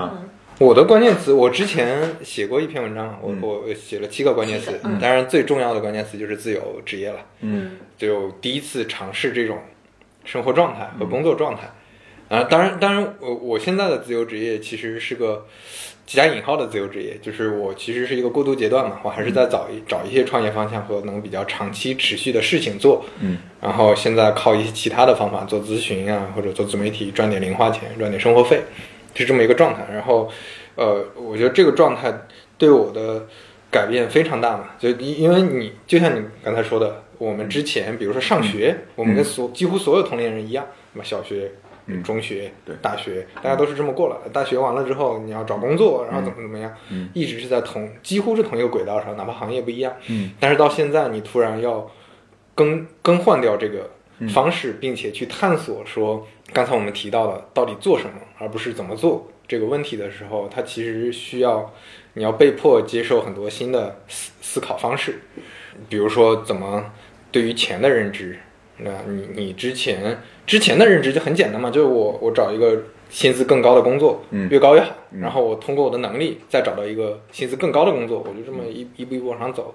S4: 我的关键词，我之前写过一篇文章，我、
S2: 嗯
S4: 我写了七个关键词，当然最重要的关键词就是自由职业了，
S3: 嗯
S4: 就第一次尝试这种生活状态和工作状态。啊，当然，当然，我我现在的自由职业其实是个加引号的自由职业，就是我其实是一个过渡阶段嘛，我还是在找一找一些创业方向和能比较长期持续的事情做。
S2: 嗯，
S4: 然后现在靠一些其他的方法做咨询啊，或者做自媒体赚点零花钱，赚点生活费，是这么一个状态。然后，呃，我觉得这个状态对我的改变非常大嘛，就因因为你就像你刚才说的，我们之前比如说上学，我们跟所几乎所有同龄人一样，那么小学。
S2: 嗯
S4: 中学、
S2: 对
S4: 大学，大家都是这么过来的。大学完了之后，你要找工作，然后怎么怎么样，
S2: 嗯
S4: 一直是在同几乎是同一个轨道上，哪怕行业不一样。
S2: 嗯
S4: 但是到现在，你突然要更更换掉这个方式，并且去探索说刚才我们提到的到底做什么，而不是怎么做这个问题的时候，它其实需要你要被迫接受很多新的思思考方式，比如说怎么对于钱的认知。那你你之前之前的认知就很简单嘛，就是我我找一个薪资更高的工作，
S2: 嗯
S4: 越高越好，
S2: 嗯
S4: 然后我通过我的能力再找到一个薪资更高的工作，我就这么一一步一步往上走。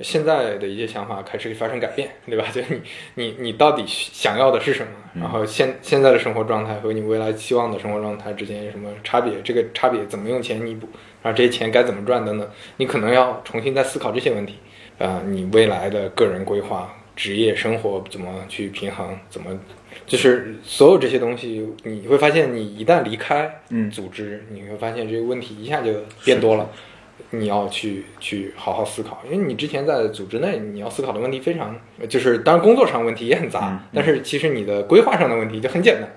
S4: 现在的一些想法开始发生改变，对吧？ 就是你你你到底想要的是什么？
S2: 嗯
S4: 然后现现在的生活状态和你未来期望的生活状态之间有什么差别？这个差别怎么用钱弥补？然后这些钱该怎么赚等等，你可能要重新再思考这些问题。啊，你未来的个人规划、职业生活怎么去平衡？怎么就是所有这些东西，你会发现你一旦离开
S2: 嗯
S4: 组织，你会发现这个问题一下就变多了。你要去去好好思考，因为你之前在组织内，你要思考的问题非常，就是当然工作上问题也很杂，
S2: 嗯嗯
S4: 但是其实你的规划上的问题就很简单，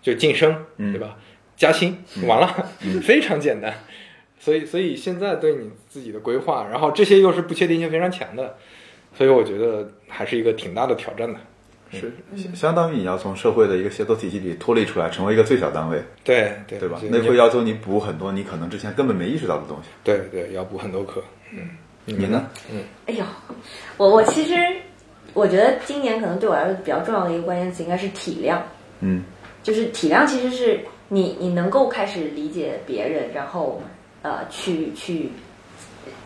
S4: 就晋升，
S2: 嗯
S4: 对吧？加薪，完了，非常简单。所以，所以现在对你自己的规划，然后这些又是不确定性非常强的，所以我觉得还是一个挺大的挑战的。嗯
S2: 是相相当于你要从社会的一个协作体系里脱离出来，成为一个最小单位，
S4: 对对
S2: 对吧
S4: 就？
S2: 那
S4: 你
S2: 会要求你补很多你可能之前根本没意识到的东西。
S4: 对对要补很多课。嗯，你
S2: 你呢？？
S3: 哎呦，我我其实我觉得今年可能对我来说比较重要的一个关键词应该是体谅，
S2: 嗯
S3: 就是体谅其实是你你能够开始理解别人，然后呃去去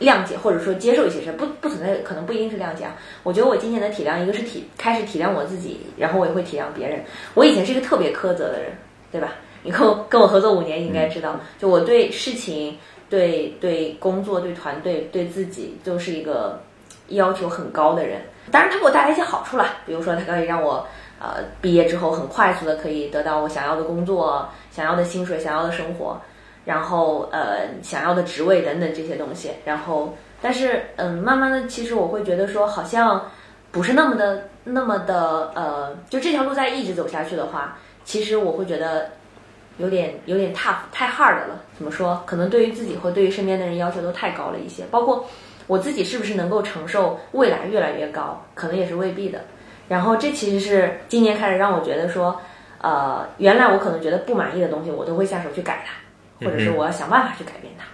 S3: 谅解或者说接受一些事，不不存在可能不一定是谅解啊。我觉得我今年的体谅，一个是体开始体谅我自己，然后我也会体谅别人。我以前是一个特别苛责的人，对吧？你跟我跟我合作五年，你应该知道，就我对事情、对对工作、对团队、对自己，都是一个要求很高的人。当然，他给我带来一些好处啦，比如说他可以让我呃毕业之后很快速的可以得到我想要的工作、想要的薪水、想要的生活，然后呃想要的职位等等这些东西。然后，但是嗯，慢慢的，其实我会觉得说，好像不是那么的那么的呃，就这条路再一直走下去的话，其实我会觉得有点有点 tough 太 hard 了。怎么说？可能对于自己和对于身边的人要求都太高了一些，包括我自己是不是能够承受未来越来越高，可能也是未必的。然后这其实是今年开始让我觉得说，呃，原来我可能觉得不满意的东西，我都会下手去改它，或者是我要想办法去改变它，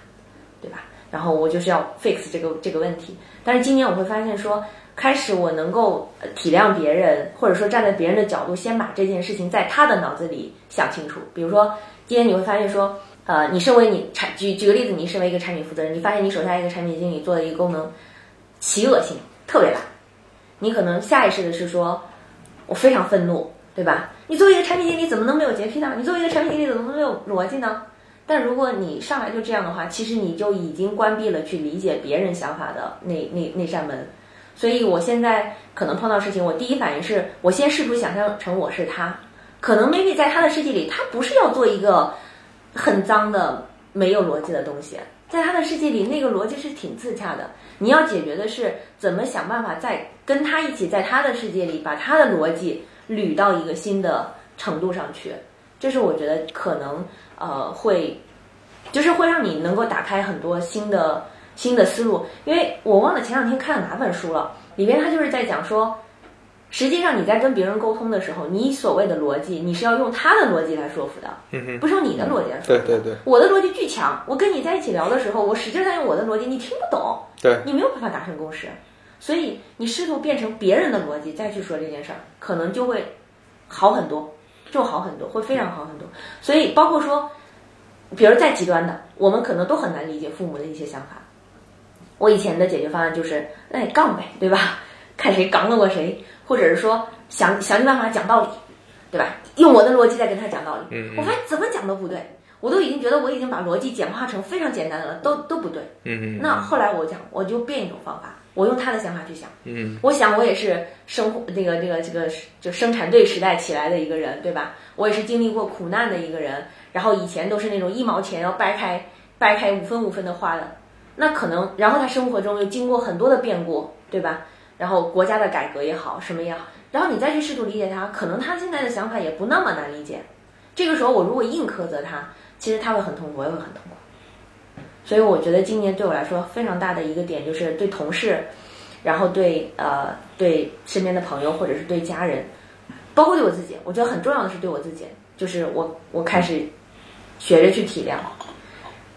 S3: 对吧？然后我就是要 fix 这个这个问题。但是今年我会发现说，开始我能够呃体谅别人，或者说站在别人的角度，先把这件事情在他的脑子里想清楚。比如说，今天你会发现说，呃，你身为你产举举个例子，你身为一个产品负责人，你发现你手下一个产品经理做的一个功能，奇恶心，特别烂，你可能下意识的是说，我非常愤怒，对吧？你作为一个产品经理，怎么能没有洁癖呢？你作为一个产品经理，怎么能没有逻辑呢？但如果你上来就这样的话，其实你就已经关闭了去理解别人想法的那那那扇门。所以我现在可能碰到事情，我第一反应是我先试图想象成我是他，可能 maybe 在他的世界里，他不是要做一个很脏的、没有逻辑的东西。在他的世界里，那个逻辑是挺自洽的。你要解决的是怎么想办法在跟他一起，在他的世界里把他的逻辑捋到一个新的程度上去。这是我觉得可能呃会，就是会让你能够打开很多新的新的思路。因为我忘了前两天看了哪本书了，里边他就是在讲说，实际上你在跟别人沟通的时候，你所谓的逻辑，你是要用他的逻辑来说服的，
S4: 嗯哼，
S3: 不是用你的逻辑来说服的。
S4: 对对对
S3: 我的逻辑巨强，我跟你在一起聊的时候，我使劲在用我的逻辑，你听不懂，
S4: 对，
S3: 你没有办法达成共识，所以你试图变成别人的逻辑再去说这件事儿，可能就会好很多，就好很多，会非常好很多。所以包括说，比如再极端的，我们可能都很难理解父母的一些想法。我以前的解决方案就是，那你杠呗，对吧？看谁杠得过谁，或者是说想想尽办法讲道理，对吧？用我的逻辑再跟他讲道理。
S4: 嗯嗯
S3: 我发现怎么讲都不对，我都已经觉得我已经把逻辑简化成非常简单的了，都都不对。
S4: 嗯哼，
S3: 那后来我讲，我就变一种方法，我用他的想法去想。
S4: 嗯，
S3: 我想我也是生活那个这个这个就生产队时代起来的一个人，对吧？我也是经历过苦难的一个人，然后以前都是那种一毛钱要掰开掰开五分五分的花的，那可能然后他生活中又经过很多的变故，对吧？然后国家的改革也好，什么也好，然后你再去试图理解他，可能他现在的想法也不那么难理解。这个时候我如果硬苛责他，其实他会很痛苦，我也会很痛苦。所以我觉得今年对我来说非常大的一个点就是对同事，然后对呃对身边的朋友或者是对家人，包括对我自己，我觉得很重要的是对我自己，就是我我开始学着去体谅，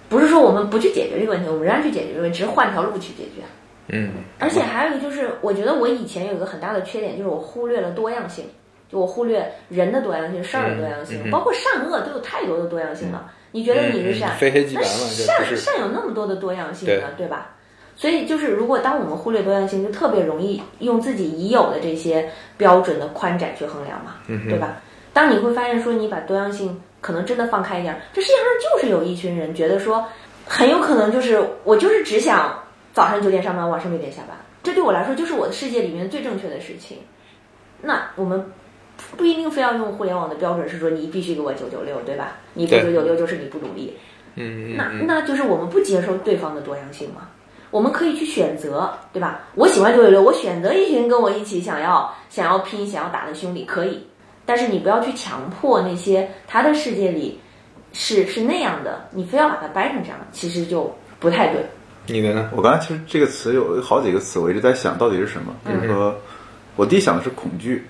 S3: 不是说我们不去解决这个问题，我们仍然去解决这个问题，只是换条路去解决。
S4: 嗯，
S3: 而且还有一个就是，我觉得我以前有一个很大的缺点，就是我忽略了多样性，就我忽略人的多样性、事儿的多样性，
S4: 嗯嗯
S3: 包括善恶都有太多的多样性了。你觉得你是善
S4: 嗯嗯，非黑即白
S3: 那
S4: 嘛
S3: 善
S4: 这不是
S3: 善有那么多的多样性
S4: 对
S3: 呢，对吧？所以就是，如果当我们忽略多样性，就特别容易用自己已有的这些标准的宽窄去衡量嘛，
S4: 嗯
S3: 对吧？当你会发现说，你把多样性可能真的放开一点儿，这世界上就是有一群人觉得说，很有可能就是我就是只想早上九点上班，晚上六点下班，这对我来说就是我的世界里面最正确的事情。那我们不一定非要用互联网的标准，是说你必须给我九九六，对吧？你不九
S4: 对
S3: 九六就是你不努力，
S4: 嗯
S3: 那
S4: 嗯
S3: 那就是我们不接受对方的多样性嘛。我们可以去选择，对吧？我喜欢九九六，我选择一群跟我一起想要想要拼、想要打的兄弟，可以。但是你不要去强迫那些他的世界里是是那样的，你非要把它掰成这样，其实就不太对。
S4: 你的呢？
S2: 我刚才其实这个词有好几个词，我一直在想到底是什么。比
S4: 嗯
S2: 如说，我第一想的是恐惧。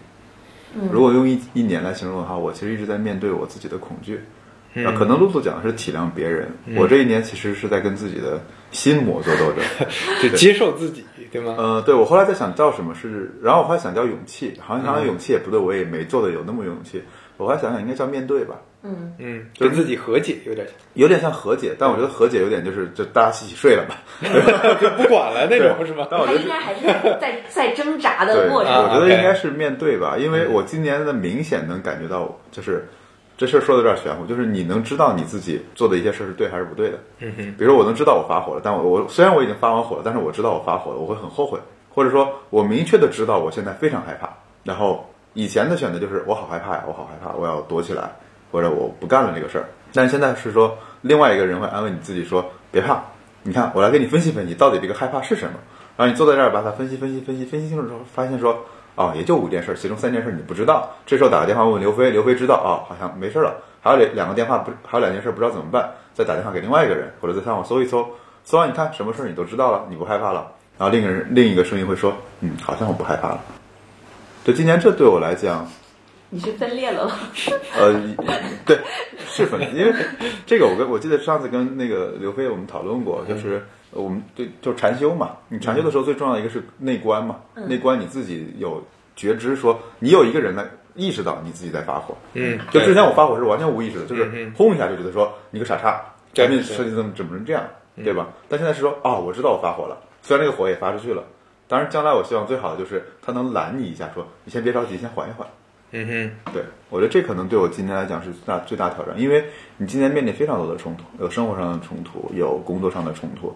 S2: 如果用一一年来形容的话，我其实一直在面对我自己的恐惧。啊，可
S4: 嗯
S2: 能露露讲的是体谅别人，我这一年其实是在跟自己的心魔做斗 争。
S4: 就接受自己，对吗？
S2: 呃，对我后来在想叫什么是，然后我后来想叫勇气，好像想想勇气也不对，我也没做的有那么勇气。我后来想想应该叫面对吧，
S3: 嗯，
S4: 嗯，跟自己和解有点像，
S2: 有点像和解，但我觉得和解有点就是就大家一起睡了吧。
S4: 就不管了那种是吧？嗯
S2: 但我
S3: 他
S2: 觉得啊
S3: 应该还是在在在挣扎的过程中。
S2: 我觉得
S4: OK
S2: 应该是面对吧，因为我今年的明显能感觉到，就是这事儿说的有点玄乎，就是你能知道你自己做的一些事儿是对还是不对的。嗯哼，比如说我能知道我发火了，但我我虽然我已经发完火了，但是我知道我发火了，我会很后悔，或者说我明确的知道我现在非常害怕，然后以前的选择就是我好害怕呀，我好害怕，我要躲起来，或者我不干了这个事儿。但现在是说另外一个人会安慰你自己说别怕，你看我来给你分析分析，到底这个害怕是什么。然后你坐在这儿把它分析分析分析分析清楚之后，发现说哦，也就五件事，其中三件事你不知道。这时候打个电话问问刘飞，刘飞知道啊、好像没事了。还有两两个电话不，还有两件事不知道怎么办，再打电话给另外一个人，或者在上网搜一搜，搜完你看什么事儿你都知道了，你不害怕了。然后另一个人另一个声音会说，嗯，好像我不害怕了。对，今年这对我来讲，
S3: 你是分裂了吗？
S2: 呃，对，是分，因为这个我跟我记得上次跟那个刘飞我们讨论过，就是呃我们对就禅修嘛，你禅修的时候最重要的一个是内观嘛，内观你自己有觉知说，你有一个人来意识到你自己在发火，
S4: 嗯
S2: 就
S4: 对
S2: 之前我发火是完全无意识的，就是
S4: 嗯
S2: 轰一下就觉得说你个傻叉，
S4: 对
S2: 咱们
S4: 对嗯
S2: 设计怎么怎么成这样，对吧？但现在是说啊、我知道我发火了，虽然这个火也发出去了，当然将来我希望最好的就是他能拦你一下，说你先别着急，先缓一缓。
S4: 嗯哼，
S2: 对，我觉得这可能对我今年来讲是最大最大挑战，因为你今年面临非常多的冲突，有生活上的冲突，有工作上的冲突，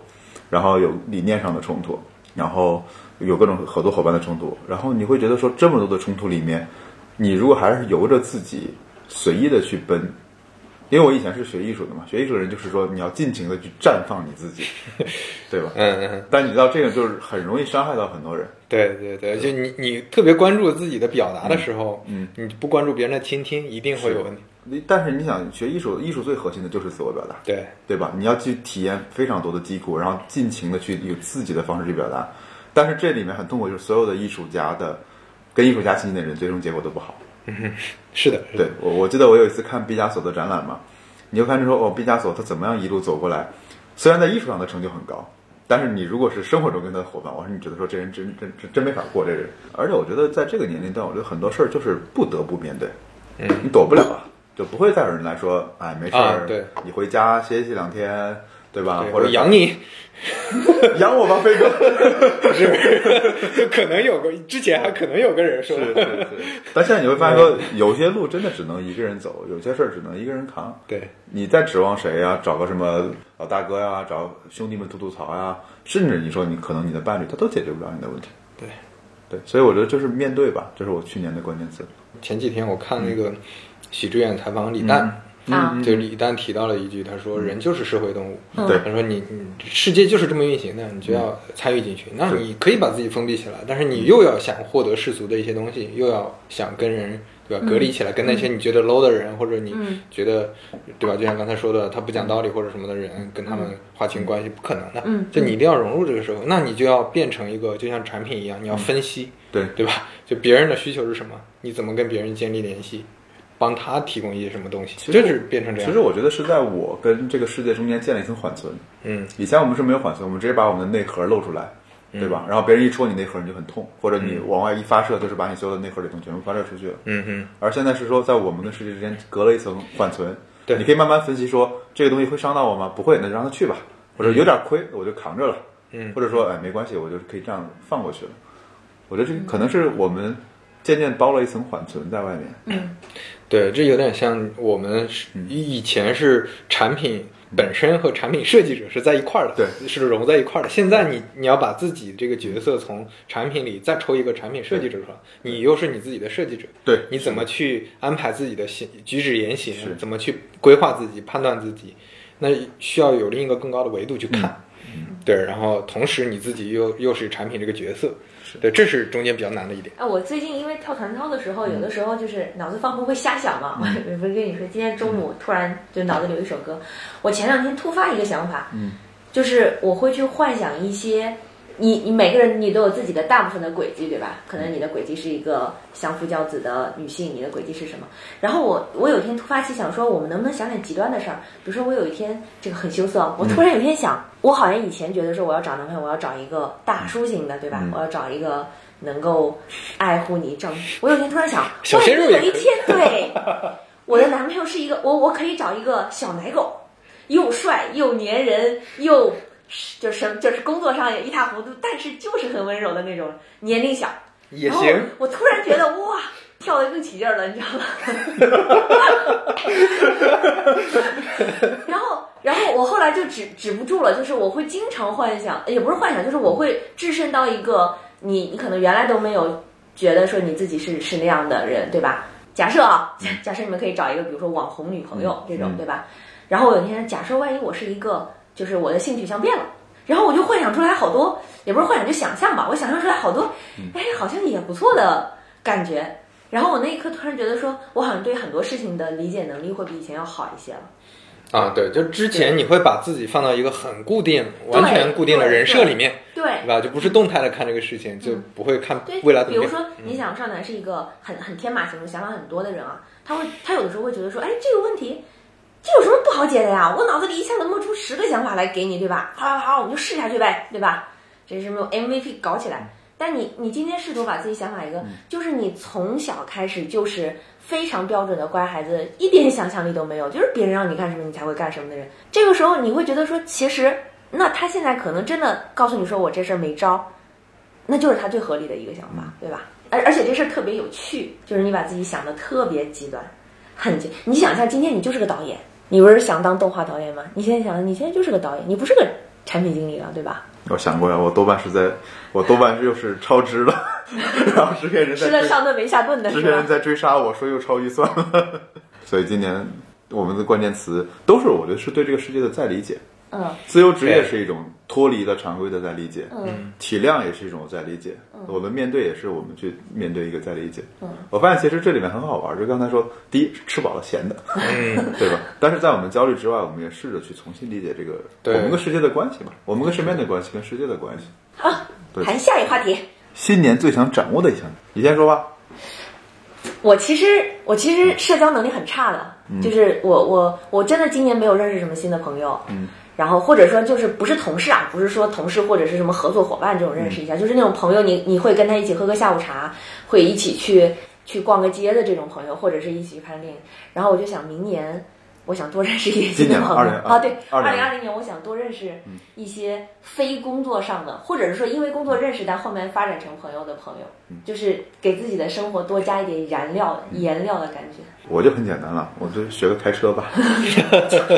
S2: 然后有理念上的冲突，然后有各种合作伙伴的冲突，然后你会觉得说这么多的冲突里面，你如果还是由着自己随意的去奔。因为我以前是学艺术的嘛，学艺术的人就是说你要尽情的去绽放你 自己，对吧？
S4: 嗯嗯，
S2: 但你知道这个就是很容易伤害到很多人，
S4: 对对对，就你你特别关注自己的表达的时候，
S2: 嗯，
S4: 你不关注别人的倾听，一定会有问题。
S2: 你但是你想学艺术，艺术最核心的就是自我表达，
S4: 对，
S2: 对吧？你要去体验非常多的疾苦，然后尽情的去有自己的方式去表达。但是这里面很痛苦，就是所有的艺术家的跟艺术家亲近的人，最终结果都不好。
S4: 是的，是的
S2: 对我，我记得我有一次看毕加索的展览嘛，你就看说哦，毕加索他怎么样一路走过来，虽然在艺术上的成就很高，但是你如果是生活中跟他的伙伴，我说你觉得说这人真真真真没法过这人。而且我觉得在这个年龄段，我觉得很多事儿就是不得不面对，
S4: 嗯
S2: 你躲不了啊，就不会再有人来说哎没事儿、
S4: 啊对
S2: 你回家歇息两天。对吧？
S4: 对
S2: 啊或者
S4: 我养你，
S2: 养我吧，飞哥。
S4: 就可能有个之前还可能有个人说，
S2: 是是。但现在你会发现说，有些路真的只能一个人走，有些事儿只能一个人扛。
S4: 对，
S2: 你在指望谁呀、找个什么老大哥呀、找兄弟们吐吐槽呀、甚至你说你可能你的伴侣他都解决不了你的问题。
S4: 对，
S2: 对，所以我觉得就是面对吧，这是我去年的关键词。
S4: 前几天我看那个许志远采访李诞，
S3: 啊
S4: 就李诞提到了一句，他说人就是社会动物，
S3: 嗯
S2: 对
S4: 他说你你世界就是这么运行的，你就要参与进去。那
S2: 对
S4: 你可以把自己封闭起来，但是你又要想获得世俗的一些东西，又要想跟人。对吧？隔离起来，跟那些你觉得 low 的人，或者你
S3: 嗯
S4: 觉得，对吧？就像刚才说的，他不讲道理或者什么的人，跟他们划清关系，不可能的。
S3: 嗯
S4: 就你一定要融入这个社会，那你就要变成一个，就像产品一样，你要分析，
S2: 对
S4: 对吧？就别人的需求是什么，你怎么跟别人建立联系，帮他提供一些什么东西，
S2: 其实
S4: 就是变成这
S2: 其
S4: 样
S2: 实。我觉得是在我跟这个世界中间建立一层缓存。
S4: 嗯，
S2: 以前我们是没有缓存，我们直接把我们的内核露出来，对吧？然后别人一戳你内核，你就很痛，或者你往外一发射，就是把你所有的内核里头全部发射出去了。
S4: 嗯哼，
S2: 而现在是说，在我们跟世界之间隔了一层缓存，
S4: 对
S2: 你可以慢慢分析说这个东西会伤到我吗？不会，那就让它去吧。或者有点亏，我就扛着了，
S4: 嗯
S2: 或者说哎没关系，我就是可以这样放过去了。我觉得这个可能是我们渐渐包了一层缓存在外面，
S4: 对，这有点像我们是
S2: 嗯
S4: 以前是产品本身和产品设计者是在一块儿的，
S2: 对，
S4: 是融在一块儿的。现在你你要把自己这个角色从产品里再抽一个产品设计者出来，你又是你自己的设计者，
S2: 对
S4: 你怎么去安排自己的行举止言行
S2: 是，
S4: 怎么去规划自己、判断自己，那需要有另一个更高的维度去看。
S2: 嗯
S4: 对，然后同时你自己又又是产品这个角色，对，这是中间比较难的一点。
S3: 哎，我最近因为跳团操的时候，有的时候就是脑子放空会瞎想嘛。 我不是跟你说，今天中午突然就脑子里有一首歌，我前两天突发一个想法，
S2: 嗯，
S3: 就是我会去幻想一些。你你每个人你都有自己的大部分的轨迹，对吧？可能你的轨迹是一个相夫教子的女性，你的轨迹是什么？然后我我有一天突发奇想说，我们能不能想点极端的事儿？比如说我有一天这个很羞涩啊，我突然有一天想，我好像以前觉得说我要找男朋友，我要找一个
S4: 嗯
S3: 大叔型的，对吧？我要找一个能够爱护你照顾。我有一天突然想，
S4: 小鲜肉
S3: 万一有
S4: 也
S3: 一
S4: 可以
S3: 天 对，我的男朋友是一个我我可以找一个小奶狗，又帅又粘人又就是就是工作上也一塌糊涂，但是就是很温柔的那种，年龄小
S4: 也
S3: 然后
S4: 行，
S3: 我突然觉得哇，跳得更起劲儿了，你知道吗？然后，然后我后来就止止不住了，就是我会经常幻想，也不是幻想，就是我会置身到一个你你可能原来都没有觉得说你自己是是那样的人，对吧？假设啊，假设你们可以找一个，比如说网红女朋友这种，对吧？然后我有一天假设万一我是一个，就是我的性取向变了。然后我就幻想出来好多，也不是幻想，就想象吧。我想象出来好多，哎，好像也不错的感觉。然后我那一刻突然觉得说，我好像对很多事情的理解能力会比以前要好一些了。
S4: 啊，对，就之前你会把自己放到一个很固定、完全固定的人设里面，
S3: 对嗯
S4: 对，吧？就不是动态的看这个事情，就不会看
S3: 对，
S4: 未来怎
S3: 比
S4: 么嗯
S3: 如
S4: 变。
S3: 说，你想上南是一个很很天马行空、想法很多的人啊，他会他有的时候会觉得说，哎，这个问题这有什么不好解的呀？我脑子里一下子冒出十个想法来给你，对吧？好好好，我们就试下去呗，对吧？这什么 MVP 搞起
S4: 嗯
S3: 来？但你你今天试图把自己想法一个，就是你从小开始就是非常标准的乖孩子，一点想象力都没有，就是别人让你干什么你才会干什么的人。这个时候你会觉得说，其实那他现在可能真的告诉你说我这事儿没招，那就是他最合理的一个想法，对吧？而而且这事儿特别有趣，就是你把自己想的特别极端，很极。你想一下，今天你就是个导演，你不是想当动画导演吗？你现在想，你现在就是个导演，你不是个产品经理了，对吧？
S2: 我想过呀，我多半是在，我多半是又是超支了， 然后制片人在
S3: 吃了
S2: 追，
S3: 上顿没下顿的
S2: 制
S3: 是
S2: 片人
S3: 吧？
S2: 在追杀我说又超预算了， 所以今年我们的关键词都是我觉得是对这个世界的再理解。
S3: 嗯
S2: 自由职业
S4: 对
S2: 是一种脱离了常规的在理解，
S3: 嗯
S2: 体谅也是一种在理解，我们面对也是我们去面对一个在理解。
S3: 嗯
S2: 我发现其实这里面很好玩，就刚才说，第一吃饱了闲的， 对吧？但是在我们焦虑之外，我们也试着去重新理解这个
S4: 对
S2: 我们跟世界的关系嘛，我们跟身边的关系，跟世界的关系。对
S3: 谈下一话题。
S2: 新年最想掌握的一项，你先说吧。
S3: 我其实我其实社交能力很差的，就是我我我真的今年没有认识什么新的朋友，嗯，然后或者说就是不是同事啊，不是说同事或者是什么合作伙伴这种认识一下，就是那种朋友你，你会跟他一起喝个下午茶，会一起去去逛个街的这种朋友，或者是一起去看电影。然后我就想明年。我想多认识一些新
S2: 今
S3: 的
S2: 年
S3: 朋友
S2: 2020
S3: 啊，对，二零
S2: 2020
S3: 二零年我想多认识一些非工作上的，或者是说因为工作认识但后面发展成朋友的朋友。就是给自己的生活多加一点燃料、颜料的感觉。
S2: 我就很简单了，我就学个开车吧。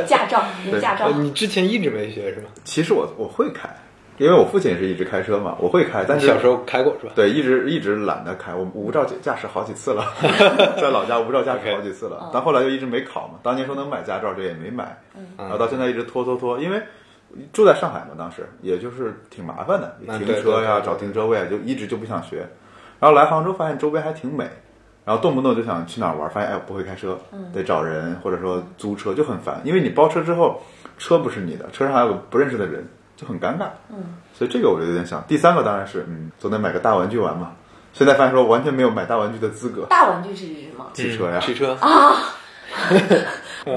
S3: 驾照，无驾照
S4: 呃，，你之前一直没学是吧？
S2: 其实我我会开，因为我父亲也是一直开车嘛，我会开，但
S4: 你
S2: 是
S4: 小时候开过是吧？
S2: 对，一直一直懒得开，我无照驾驶好几次 了，在老家无照驾驶好几次了
S4: 嗯
S3: OK
S2: 但后来就一直没考嘛。当年说能买驾照，这也没买，然后到现在一直拖拖拖，因为住在上海嘛，当时也就是挺麻烦的，
S4: 嗯
S2: 停车呀、
S4: 对对对对
S2: 找停车位啊，就一直就不想学。然后来杭州发现周边还挺美，然后动不动就想去哪儿玩，发现哎我不会开车，
S4: 嗯
S2: 得找人或者说租车就很烦，因为你包车之后车不是你的，车上还有个不认识的人，就很尴尬。
S3: 嗯，
S2: 所以这个我就有点想。第三个当然是嗯，总得买个大玩具玩嘛。现在发现说完全没有买大玩具的资格，
S3: 大玩具是指什么？
S2: 汽车呀，
S4: 骑车，
S3: 啊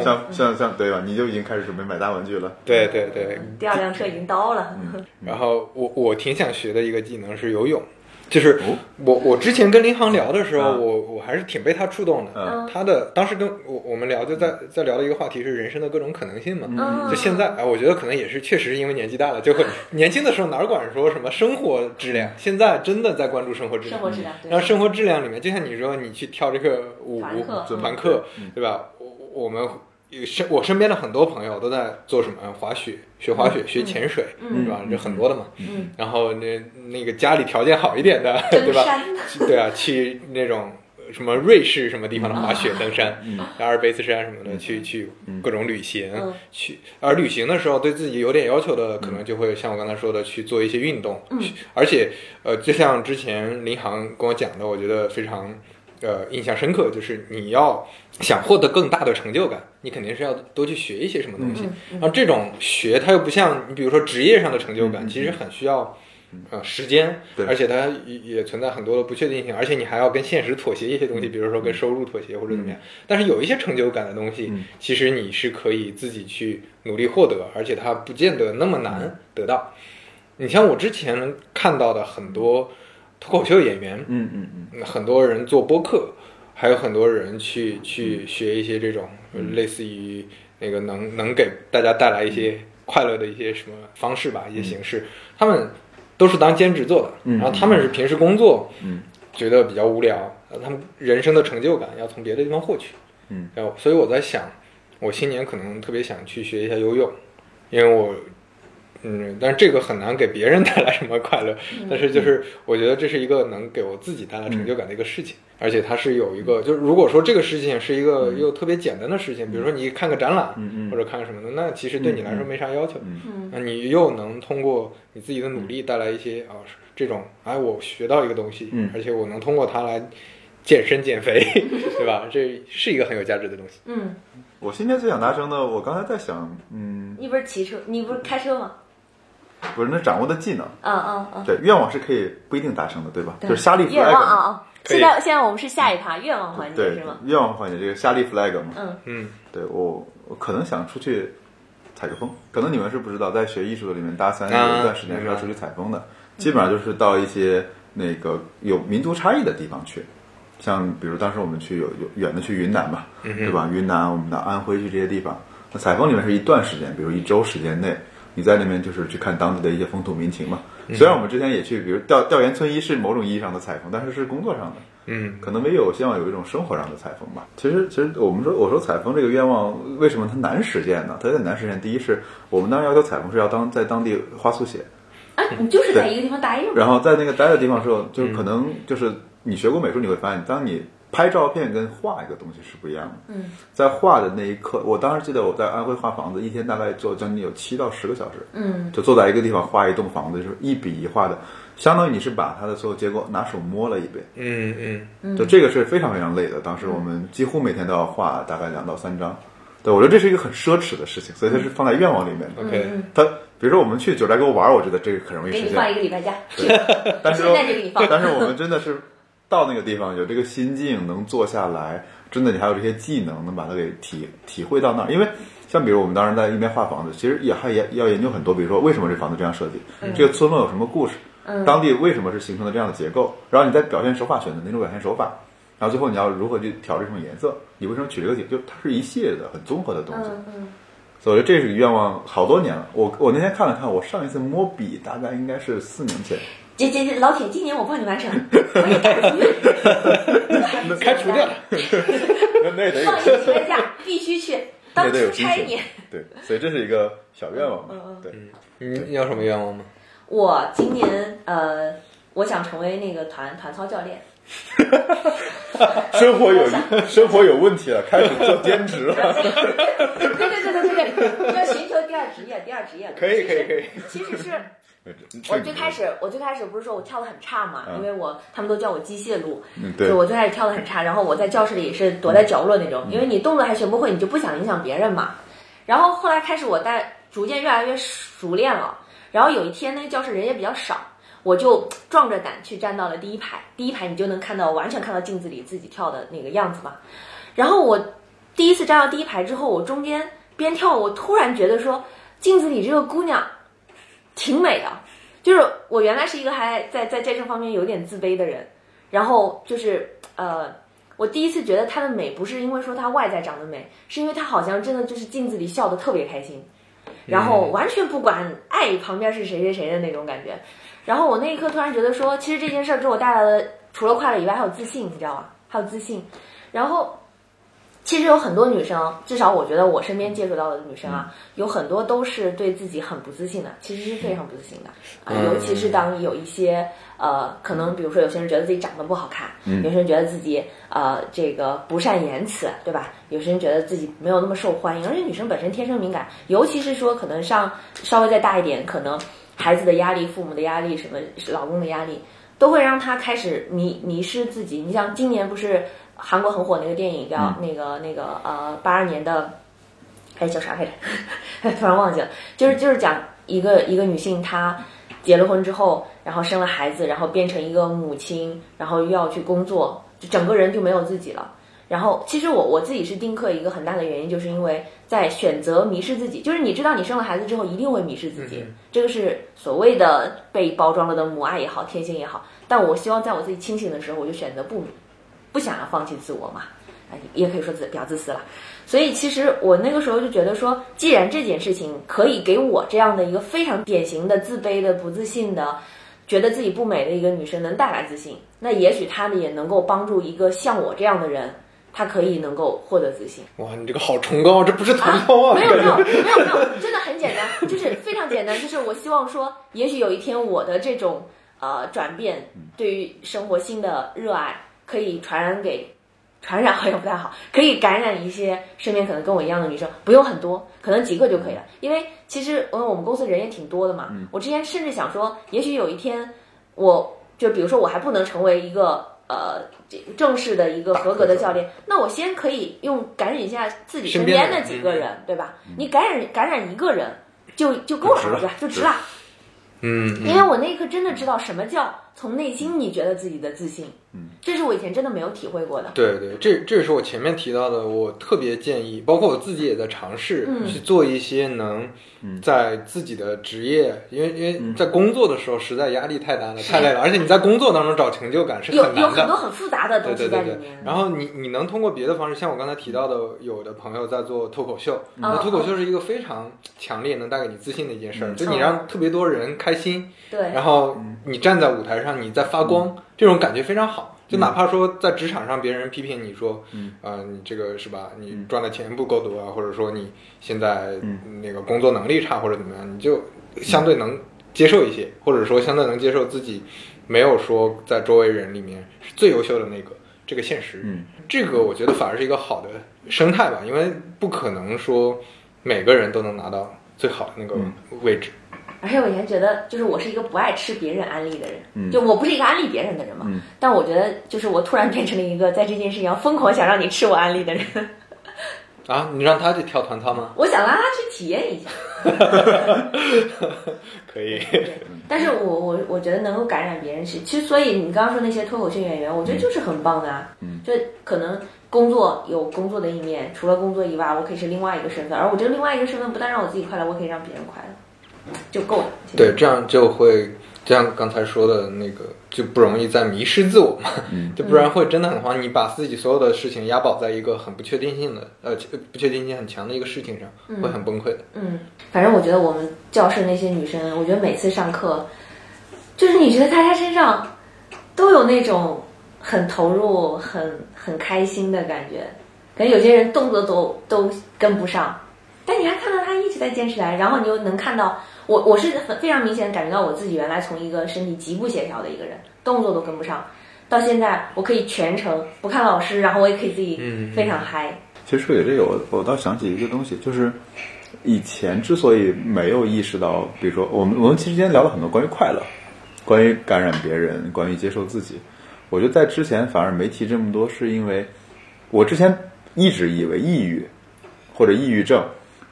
S2: 像像像对吧？你就已经开始准备买大玩具了。
S4: 嗯对对对。
S3: 第二辆车已经到了。
S2: 嗯
S4: 然后我我挺想学的一个技能是游泳，就是
S2: 哦
S4: 我我之前跟林航聊的时候，
S2: 啊
S4: 我我还是挺被他触动的。
S2: 嗯
S4: 他的当时跟我我们聊就在在聊的一个话题是人生的各种可能性嘛。
S3: 嗯
S4: 就现在，哎，我觉得可能也是，确实是因为年纪大了，就
S2: 嗯
S4: 会年轻的时候哪管说什么生活质量，现在真的在关注生活质量。
S3: 生活质量，对
S4: 然后生活质量里面，就像你说，你去跳这个舞
S3: 团课嗯
S4: 团课，对吧？我我们有身我身边的很多朋友都在做什么滑雪，学滑雪，学潜水，
S3: 嗯
S4: 是吧？这很多的嘛。
S3: 嗯，
S4: 然后那那个家里条件好一点的， 对
S3: 登
S4: 吧？
S3: 山，
S4: 对啊，去那种什么瑞士什么地方的滑雪、登山，阿尔卑斯山什么的，去去各种旅行
S3: 嗯嗯，
S4: 去而旅行的时候对自己有点要求的，可能就会像我刚才说的去做一些运动，
S3: 嗯
S4: 去而且呃，就像之前林航跟我讲的，我觉得非常。呃，印象深刻就是你要想获得更大的成就感，你肯定是要多去学一些什么东西。
S3: 嗯
S4: 然后这种学，它又不像你比如说职业上的成就
S3: 嗯
S4: 感，其实很需要呃时间，
S2: 对
S4: 而且它也也存在很多的不确定性，而且你还要跟现实妥协一些东西，比如说跟收入妥协或者怎么样。但是有一些成就感的东西，其实你是可以自己去努力获得，而且它不见得那么难得到。你像我之前看到的很多脱口秀演员，
S2: 嗯嗯嗯，
S4: 很多人做播客，还有很多人去去学一些这种呃
S2: 嗯
S4: 类似于那个能能给大家带来一些
S2: 嗯
S4: 快乐的一些什么方式吧，一些形式，他们都是当兼职做的，
S2: 嗯
S4: 然后他们是平时工作，
S2: 嗯，
S4: 觉得比较无聊，呃他们人生的成就感要从别的地方获取，
S2: 嗯，
S4: 然后所以我在想，我新年可能特别想去学一下游泳，因为我嗯，但是这个很难给别人带来什么快乐，
S2: 嗯
S4: 但是就是我觉得这是一个能给我自己带来成就感的一个事情，而且它是有一个，就是如果说这个事情是一个又特别简单的事情，比如说你看个展览，
S2: 嗯嗯嗯嗯
S4: 或者看个什么的，那其实对你来说没啥要求，
S3: 嗯
S4: 那你又能通过你自己的
S2: 嗯
S4: 努力带来一些啊这种，哎，我学到一个东西，
S2: 嗯
S4: 而且我能通过它来健身减肥，对吧？这是一个很有价值的东西。
S3: 嗯，
S2: 我今年最想达成的，我刚才在想，嗯，
S3: 你不是骑车，你不是开车吗？
S2: 不是那掌握的技能，
S3: 嗯嗯嗯，
S2: 对，愿望是可以不一定达成的，对吧？
S3: 对
S2: 就是瞎立 flag
S3: 愿望啊
S2: 嘛。
S3: 啊，
S4: 可以
S3: 现在现在我们是下一趴愿望环节
S2: 对
S3: 是吗？
S2: 愿望环节这个夏利 flag 嘛，
S3: 嗯
S4: 嗯，
S2: 对我我可能想出去采个风，可能你们是不知道，在学艺术的里面，大三
S4: 啊
S2: 有一段时间是要
S4: 明白
S2: 出去采风的，基本上就是到一些那个有民族差异的地方去。像比如当时我们去有有远的去云南吧，对吧？云南我们到安徽去这些地方，那采风里面是一段时间，比如一周时间内，你在那边就是去看当地的一些风土民情嘛。虽然我们之前也去，比如调调研村一是某种意义上的采风，但是是工作上的，
S4: 嗯，
S2: 可能没有希望有一种生活上的采风吧。其实，其实我们说我说采风这个愿望为什么它难实现呢？它在难实现，第一是我们当时要求采风是要当在当地花速写，
S3: 啊，你就是在一个地方待着嘛。
S2: 然后在那个待的地方的时候，就是可能就是你学过美术，你会发现，当你拍照片跟画一个东西是不一样的。
S3: 嗯，
S2: 在画的那一刻，我当时记得我在安徽画房子，一天大概做将近有七到十个小时。
S3: 嗯，
S2: 就坐在一个地方画一栋房子，就是一笔一画的，相当于你是把它的所有结果拿手摸了一遍。
S4: 嗯嗯，
S2: 就这个是非常非常累的。当时我们几乎每天都要画大概两到三张，对我觉得这是一个很奢侈的事情，所以它是放在愿望里面的。
S4: OK
S2: 它比如说我们去九寨沟玩，我觉得这个很容易
S3: 嗯给
S2: 实
S3: 你放一
S2: 现，
S3: 个礼拜假，
S2: 但是
S3: 现在就给你放
S2: 但是我们真的是到那个地方有这个心境能坐下来，真的你还有这些技能能把它给体体会到那儿，因为。像比如我们当时在一边画房子，其实也还也要研究很多，比如说为什么这房子这样设计，
S3: 嗯
S2: 这个村落有什么故事，当地为什么是形成了这样的结构，然后你在表现手法选择哪种表现手法，然后最后你要如何去调这种颜色，你为什么取这个景，就它是一系列的很综合的东西。
S3: 嗯嗯，
S2: 所以我觉得这是个愿望，好多年了。我我那天看了看，我上一次摸笔大概应该是四年前，
S3: 姐姐姐，老铁，今年我帮你完成，我也带不去
S4: 开除掉，
S2: 那那也 得
S3: 放一个礼拜假，必须去
S2: 那
S3: 当
S2: 也得
S3: 出
S2: 有心
S3: 差
S2: 情
S3: 你。。
S2: 对，所以这是一个小愿望
S3: 嗯
S2: 嘛。对，
S4: 你你有什么愿望吗？
S3: 我今年呃，我想成为那个团团操教练，
S2: 生活有 生活有问题了，开始做兼职了。
S3: 对对对对对对，要寻求第二职业，第二职业了。
S4: 可以可以可以，
S3: 其实是我最开始，我最开始不是说我跳的很差嘛，
S2: 嗯
S3: 因为我他们都叫我机械路，
S2: 嗯对
S3: 就我最开始跳的很差，然后我在教室里也是躲在角落那种，因为你动作还学不会，你就不想影响别人嘛。然后后来开始我在逐渐越来越熟练了，然后有一天那个教室人也比较少，我就壮着胆去站到了第一排，第一排你就能看到完全看到镜子里自己跳的那个样子嘛。然后我第一次站到第一排之后，我中间边跳，我突然觉得说镜子里这个姑娘挺美的，就是我原来是一个还在在在这方面有点自卑的人，然后就是呃，我第一次觉得她的美不是因为说她外在长得美，是因为她好像真的就是镜子里笑得特别开心，然后完全不管爱旁边是谁谁谁的那种感觉。然后我那一刻突然觉得说，其实这件事儿给我带来了除了快乐以外，还有自信，你知道吗？还有自信。然后其实有很多女生，至少我觉得我身边接触到的女生啊，有很多都是对自己很不自信的，其实是非常不自信的啊、
S4: 嗯
S3: 尤其是当有一些呃，可能比如说有些人觉得自己长得不好看，有些人觉得自己呃这个不善言辞，对吧？有些人觉得自己没有那么受欢迎，而且女生本身天生敏感，尤其是说可能上稍微再大一点，可能孩子的压力、父母的压力、什么老公的压力，都会让他开始迷迷失自己。你像今年不是韩国很火那个电影叫、那个那个呃八二年的，哎叫啥来着？ 突然忘记了，就是就是讲一个一个女性她。结了婚之后，然后生了孩子，然后变成一个母亲，然后又要去工作，就整个人就没有自己了。然后，其实我我自己是丁克一个很大的原因，就是因为在选择迷失自己，就是你知道你生了孩子之后一定会迷失自己，这个是所谓的被包装了的母爱也好，天性也好。但我希望在我自己清醒的时候，我就选择不不想要放弃自我嘛，哎也可以说自比较自私了。所以其实我那个时候就觉得说，既然这件事情可以给我这样的一个非常典型的自卑的、不自信的，觉得自己不美的一个女生能带来自信，那也许她也能够帮助一个像我这样的人，她可以能够获得自信。
S4: 哇，你这个好崇高，这不是崇高啊！
S3: 没有没有没有没有，真的很简单，就是非常简单，就是我希望说，也许有一天我的这种呃转变，对于生活新的热爱，可以传染给。传染好像不太好，可以感染一些身边可能跟我一样的女生，不用很多，可能几个就可以了。因为其实嗯我我们公司人也挺多的嘛，我之前甚至想说，也许有一天我就比如说我还不能成为一个呃这正式的一个合格的教练，那我先可以用感染一下自己身
S4: 身
S3: 边
S4: 边的
S3: 的
S4: 人嗯
S3: 几个人，对吧？你感染感染一个人就就够了，
S2: 值了
S3: 对吧？就值
S2: 值
S3: 了。
S4: 嗯，
S3: 因为我那一刻真的知道什么叫从内心你觉得自己的自信，嗯，这是我以前真的没有体会过的。
S4: 对对，这这也是我前面提到的，我特别建议，包括我自己也在尝试、
S3: 嗯
S4: 去做一些能在自己的职业，因为因为在工作的时候实在压力太大了，太累了，而且你在工作当中找成就感是
S3: 有
S4: 很
S3: 有
S4: 难
S3: 很多
S4: 的。
S3: 很复杂的
S4: 对
S3: 东
S4: 对
S3: 西
S4: 对
S3: 在里
S4: 对
S3: 面，。
S4: 然后你你能通过别的方式，像我刚才提到的，有的朋友在做脱口秀，那
S3: 嗯
S4: 脱口秀是一个非常强烈能带给你自信的一件事儿，就你
S3: 嗯
S4: 让特别多人开心，
S3: 对，
S4: 然后你站在舞台上，你在发
S2: 嗯
S4: 光，这种感觉非常好。就哪怕说在职场上，别人批评你说，
S2: 嗯
S4: 呃，你这个是吧？你赚的钱不够多啊，或者说你现在
S2: 嗯
S4: 那个工作能力差或者怎么样，你就相对能接受一些，
S2: 嗯
S4: 或者说相对能接受自己没有说在周围人里面是最优秀的那个这个现实。
S2: 嗯
S4: 这个我觉得反而是一个好的生态吧，因为不可能说每个人都能拿到最好的那个
S2: 嗯
S4: 位置。
S3: 而且我以前觉得，就是我是一个不爱吃别人安利的人，
S2: 嗯
S3: 就我不是一个安利别人的人嘛。
S2: 嗯
S3: 但我觉得，就是我突然变成了一个在这件事情上疯狂想让你吃我安利的人，
S4: 啊，你让他去跳团操吗？
S3: 我想拉他去体验一下。
S4: 可以，
S3: 对 但是我我我觉得能够感染别人是，其实所以你刚刚说那些脱口秀演员，我觉得就是很棒的啊。
S2: 嗯，
S3: 就可能工作有工作的一面，除了工作以外，我可以是另外一个身份，而我这个另外一个身份不但让我自己快乐，我可以让别人快乐，就够了。
S4: 对，这样就会，就像刚才说的那个，就不容易再迷失自我嘛， 就不然会真的很慌。你把自己所有的事情押宝在一个很不确定性的，呃，不确定性很强的一个事情上，会很崩溃的。
S3: 嗯，反正我觉得我们教室那些女生，我觉得每次上课，就是你觉得大家身上都有那种很投入、很很开心的感觉，可能有些人动作都都跟不上，但你还看到她一直在坚持来，然后你又能看到我，我是很非常明显地感觉到我自己原来从一个身体极不协调的一个人，动作都跟不上，到现在我可以全程不看老师，然后我也可以自己
S4: 嗯
S3: 非常嗨，
S2: 其实说起这个，我我倒想起一个东西，就是以前之所以没有意识到，比如说我们我们其实今天聊了很多关于快乐，关于感染别人，关于接受自己，我觉得在之前反而没提这么多，是因为我之前一直以为抑郁或者抑郁症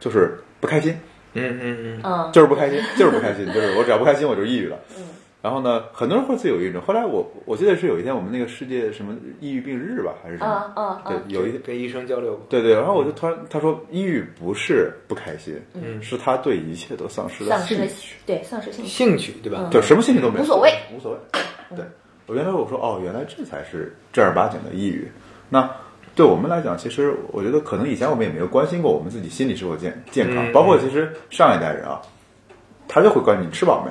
S2: 就是不开心，
S4: 嗯嗯嗯，
S3: 嗯
S2: 就是不开心，就是不开心，就是我只要不开心我就抑郁了。
S3: 嗯
S2: 然后呢，很多人会自有抑郁症。后来我我记得是有一天我们那个世界什么抑郁病日吧，还是什么？
S3: 嗯嗯嗯，
S2: 对，有一
S4: 跟医生交流过，
S2: 对对，然后我就突然他说抑郁不是不开心，
S4: 嗯
S2: 是他对一切都丧失了
S3: 丧失
S2: 兴
S3: 了
S2: 趣，
S3: 对丧失兴趣。
S4: 兴趣对吧？
S2: 就什么兴趣都没
S3: 嗯
S2: 有，
S3: 无所谓，
S2: 无所谓。对我原来我说哦，原来这才是正儿八经的抑郁。那对我们来讲，其实我觉得可能以前我们也没有关心过我们自己心理是否健健康，
S4: 嗯
S2: 包括其实上一代人啊，他就会关心你吃饱没，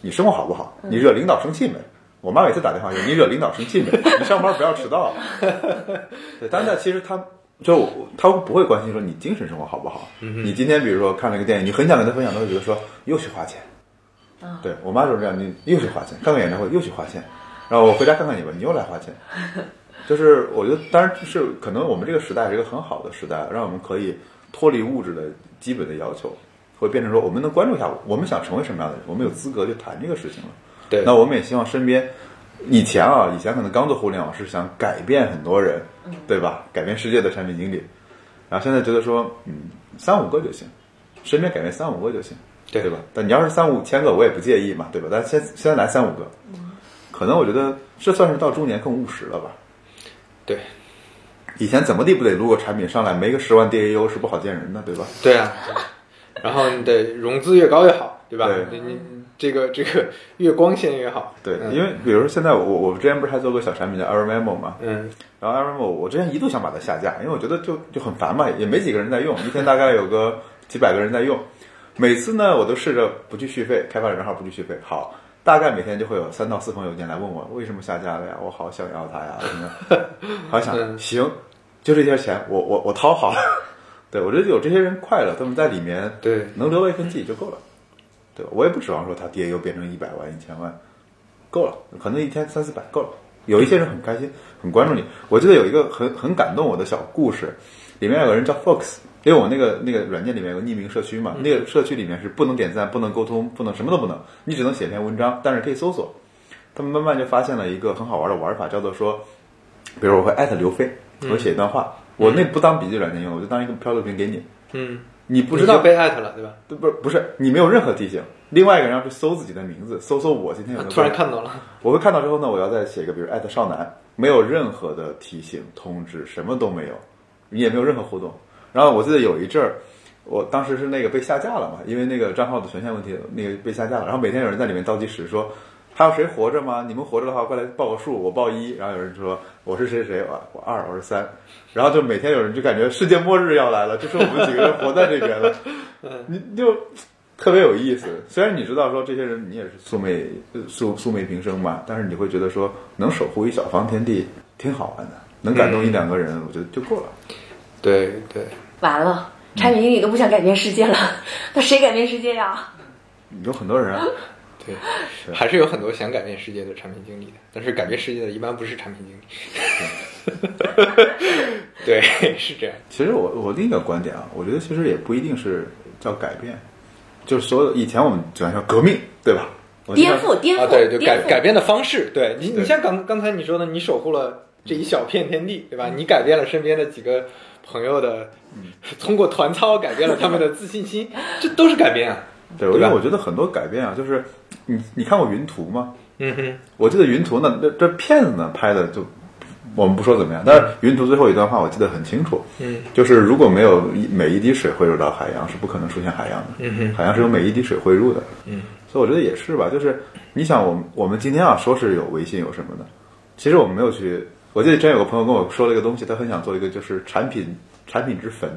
S2: 你生活好不
S3: 嗯
S2: 好，你惹领导生气没。我妈每次打电话就是你惹领导生气没，你上班不要迟 到。啊对，但是其实他就我他不会关心说你精神生活好不好。
S4: 嗯
S2: 你今天比如说看了一个电影，你很想跟他分享，他会觉得说又去花钱。对我妈就是这样，你又去花钱，看看演唱会又去花钱，然后我回家看看你吧，你又来花钱。就是我觉得，当然是可能我们这个时代是一个很好的时代，让我们可以脱离物质的基本的要求，会变成说我们能关注一下我们想成为什么样的人，我们有资格去谈这个事情了。
S4: 对
S2: 那我们也希望身边，以前啊，以前可能刚做互联网是想改变很多人，对吧？改变世界的产品经理，然后现在觉得说，嗯，三五个就行，身边改变三五个就行，
S4: 对
S2: 吧？但你要是三五千个，我也不介意嘛，对吧？但先先来三五个，可能我觉得这算是到中年更务实了吧。
S4: 对
S2: 以前怎么地不得录个产品上来没个十万 DAU 是不好见人的，对吧？
S4: 对啊， 然后你得融资越高越好，对吧？
S2: 对
S4: 你你这个这个越光鲜越好。
S2: 对，
S4: 嗯
S2: 因为比如说现在我我我之前不是还做过小产品叫 Air Memo 嘛，
S4: 嗯，
S2: 然后 Airmemo 我之前一度想把它下架，因为我觉得就就很烦嘛，也没几个人在用，一天大概有个几百个人在用。每次呢，我都试着不去续费，开发者账号不去续费。好，大概每天就会有三到四封邮件来问我为什么下架了呀，我好想要它呀，什么？好想行，就这些钱，我我我掏好了。 对我觉得有这些人快乐，他们在里面
S4: 对，
S2: 能留到一份自己就够了，对吧？我也不指望说他 DAU 变成一百万、一千万，够了，可能一天三四百够了。有一些人很开心，很关注你。我记得有一个很很感动我的小故事，里面有个人叫 Fox，因为我那个那个软件里面有个匿名社区嘛，那个社区里面是不能点赞、不能沟通、不能什么都不能，你只能写篇文章，但是可以搜索。他们慢慢就发现了一个很好玩的玩法，叫做说，比如我会艾特刘飞，我写一段话，我那不当笔记软件用，我就当一个漂流瓶给你，
S4: 嗯，
S2: 你不
S4: 你
S2: 知
S4: 就
S2: 道
S4: 被艾特了，对吧？
S2: 不不是，你没有任何提醒，另外一个人要去搜自己的名字，搜搜我今天有没有
S1: 突然看到了，
S2: 我会看到之后呢，我要再写一个，比如艾特少男，没有任何的提醒、通知，什么都没有，你也没有任何互动。然后我记得有一阵儿，我当时是那个被下架了嘛，因为那个账号的权限问题，那个被下架了。然后每天有人在里面倒计时说。还有谁活着吗？你们活着的话，过来报个数，我报一。然后有人说我是谁谁，我我二，我是三。然后就每天有人就感觉世界末日要来了，就剩我们几个人活在这边了。你就特别有意思。虽然你知道说这些人你也是素昧呃素素昧平生嘛，但是你会觉得说能守护一小方天地挺好玩的，能感动一两个人，我觉得就够了。
S4: 对对，
S3: 完了，产品经理都不想改变世界了，
S4: 嗯
S3: 那谁改变世界呀？
S2: 有很多人啊，
S4: 对，还是有很多想改变世界的产品经理的，但是改变世界的一般不是产品经理。对，是这样。啊
S2: 其实我我另一个观点啊，我觉得其实也不一定是叫改变，就是所有以前我们喜欢叫革命，对吧？我经
S3: 颠
S2: 常
S3: 覆，颠
S4: 啊，
S3: 覆，
S4: 对，就
S3: 颠
S4: 改
S3: 覆
S4: 改变的方式，对你，
S2: 对
S4: 你像刚刚才你说的，你守护了这一小片天地，对吧？你改变了身边的几个朋友的，通过团操改变了他们的自信心，这都是改变啊。
S2: 对，因
S4: 对吧
S2: 为我觉得很多改变啊，就是你你看过云图吗？
S4: 嗯哼，
S2: 我记得云图呢，这这片子呢拍的就我们不说怎么样，但是云图最后一段话我记得很清楚，
S4: 嗯，
S2: 就是如果没有一每一滴水汇入到海洋，是不可能出现海洋的，
S4: 嗯哼
S2: 海洋是由每一滴水汇入的，
S4: 嗯，
S2: 所以我觉得也是吧，就是你想我们我们今天啊说是有微信有什么的，其实我们没有去，我记得之前有个朋友跟我说了一个东西，他很想做一个就是产品产品之坟。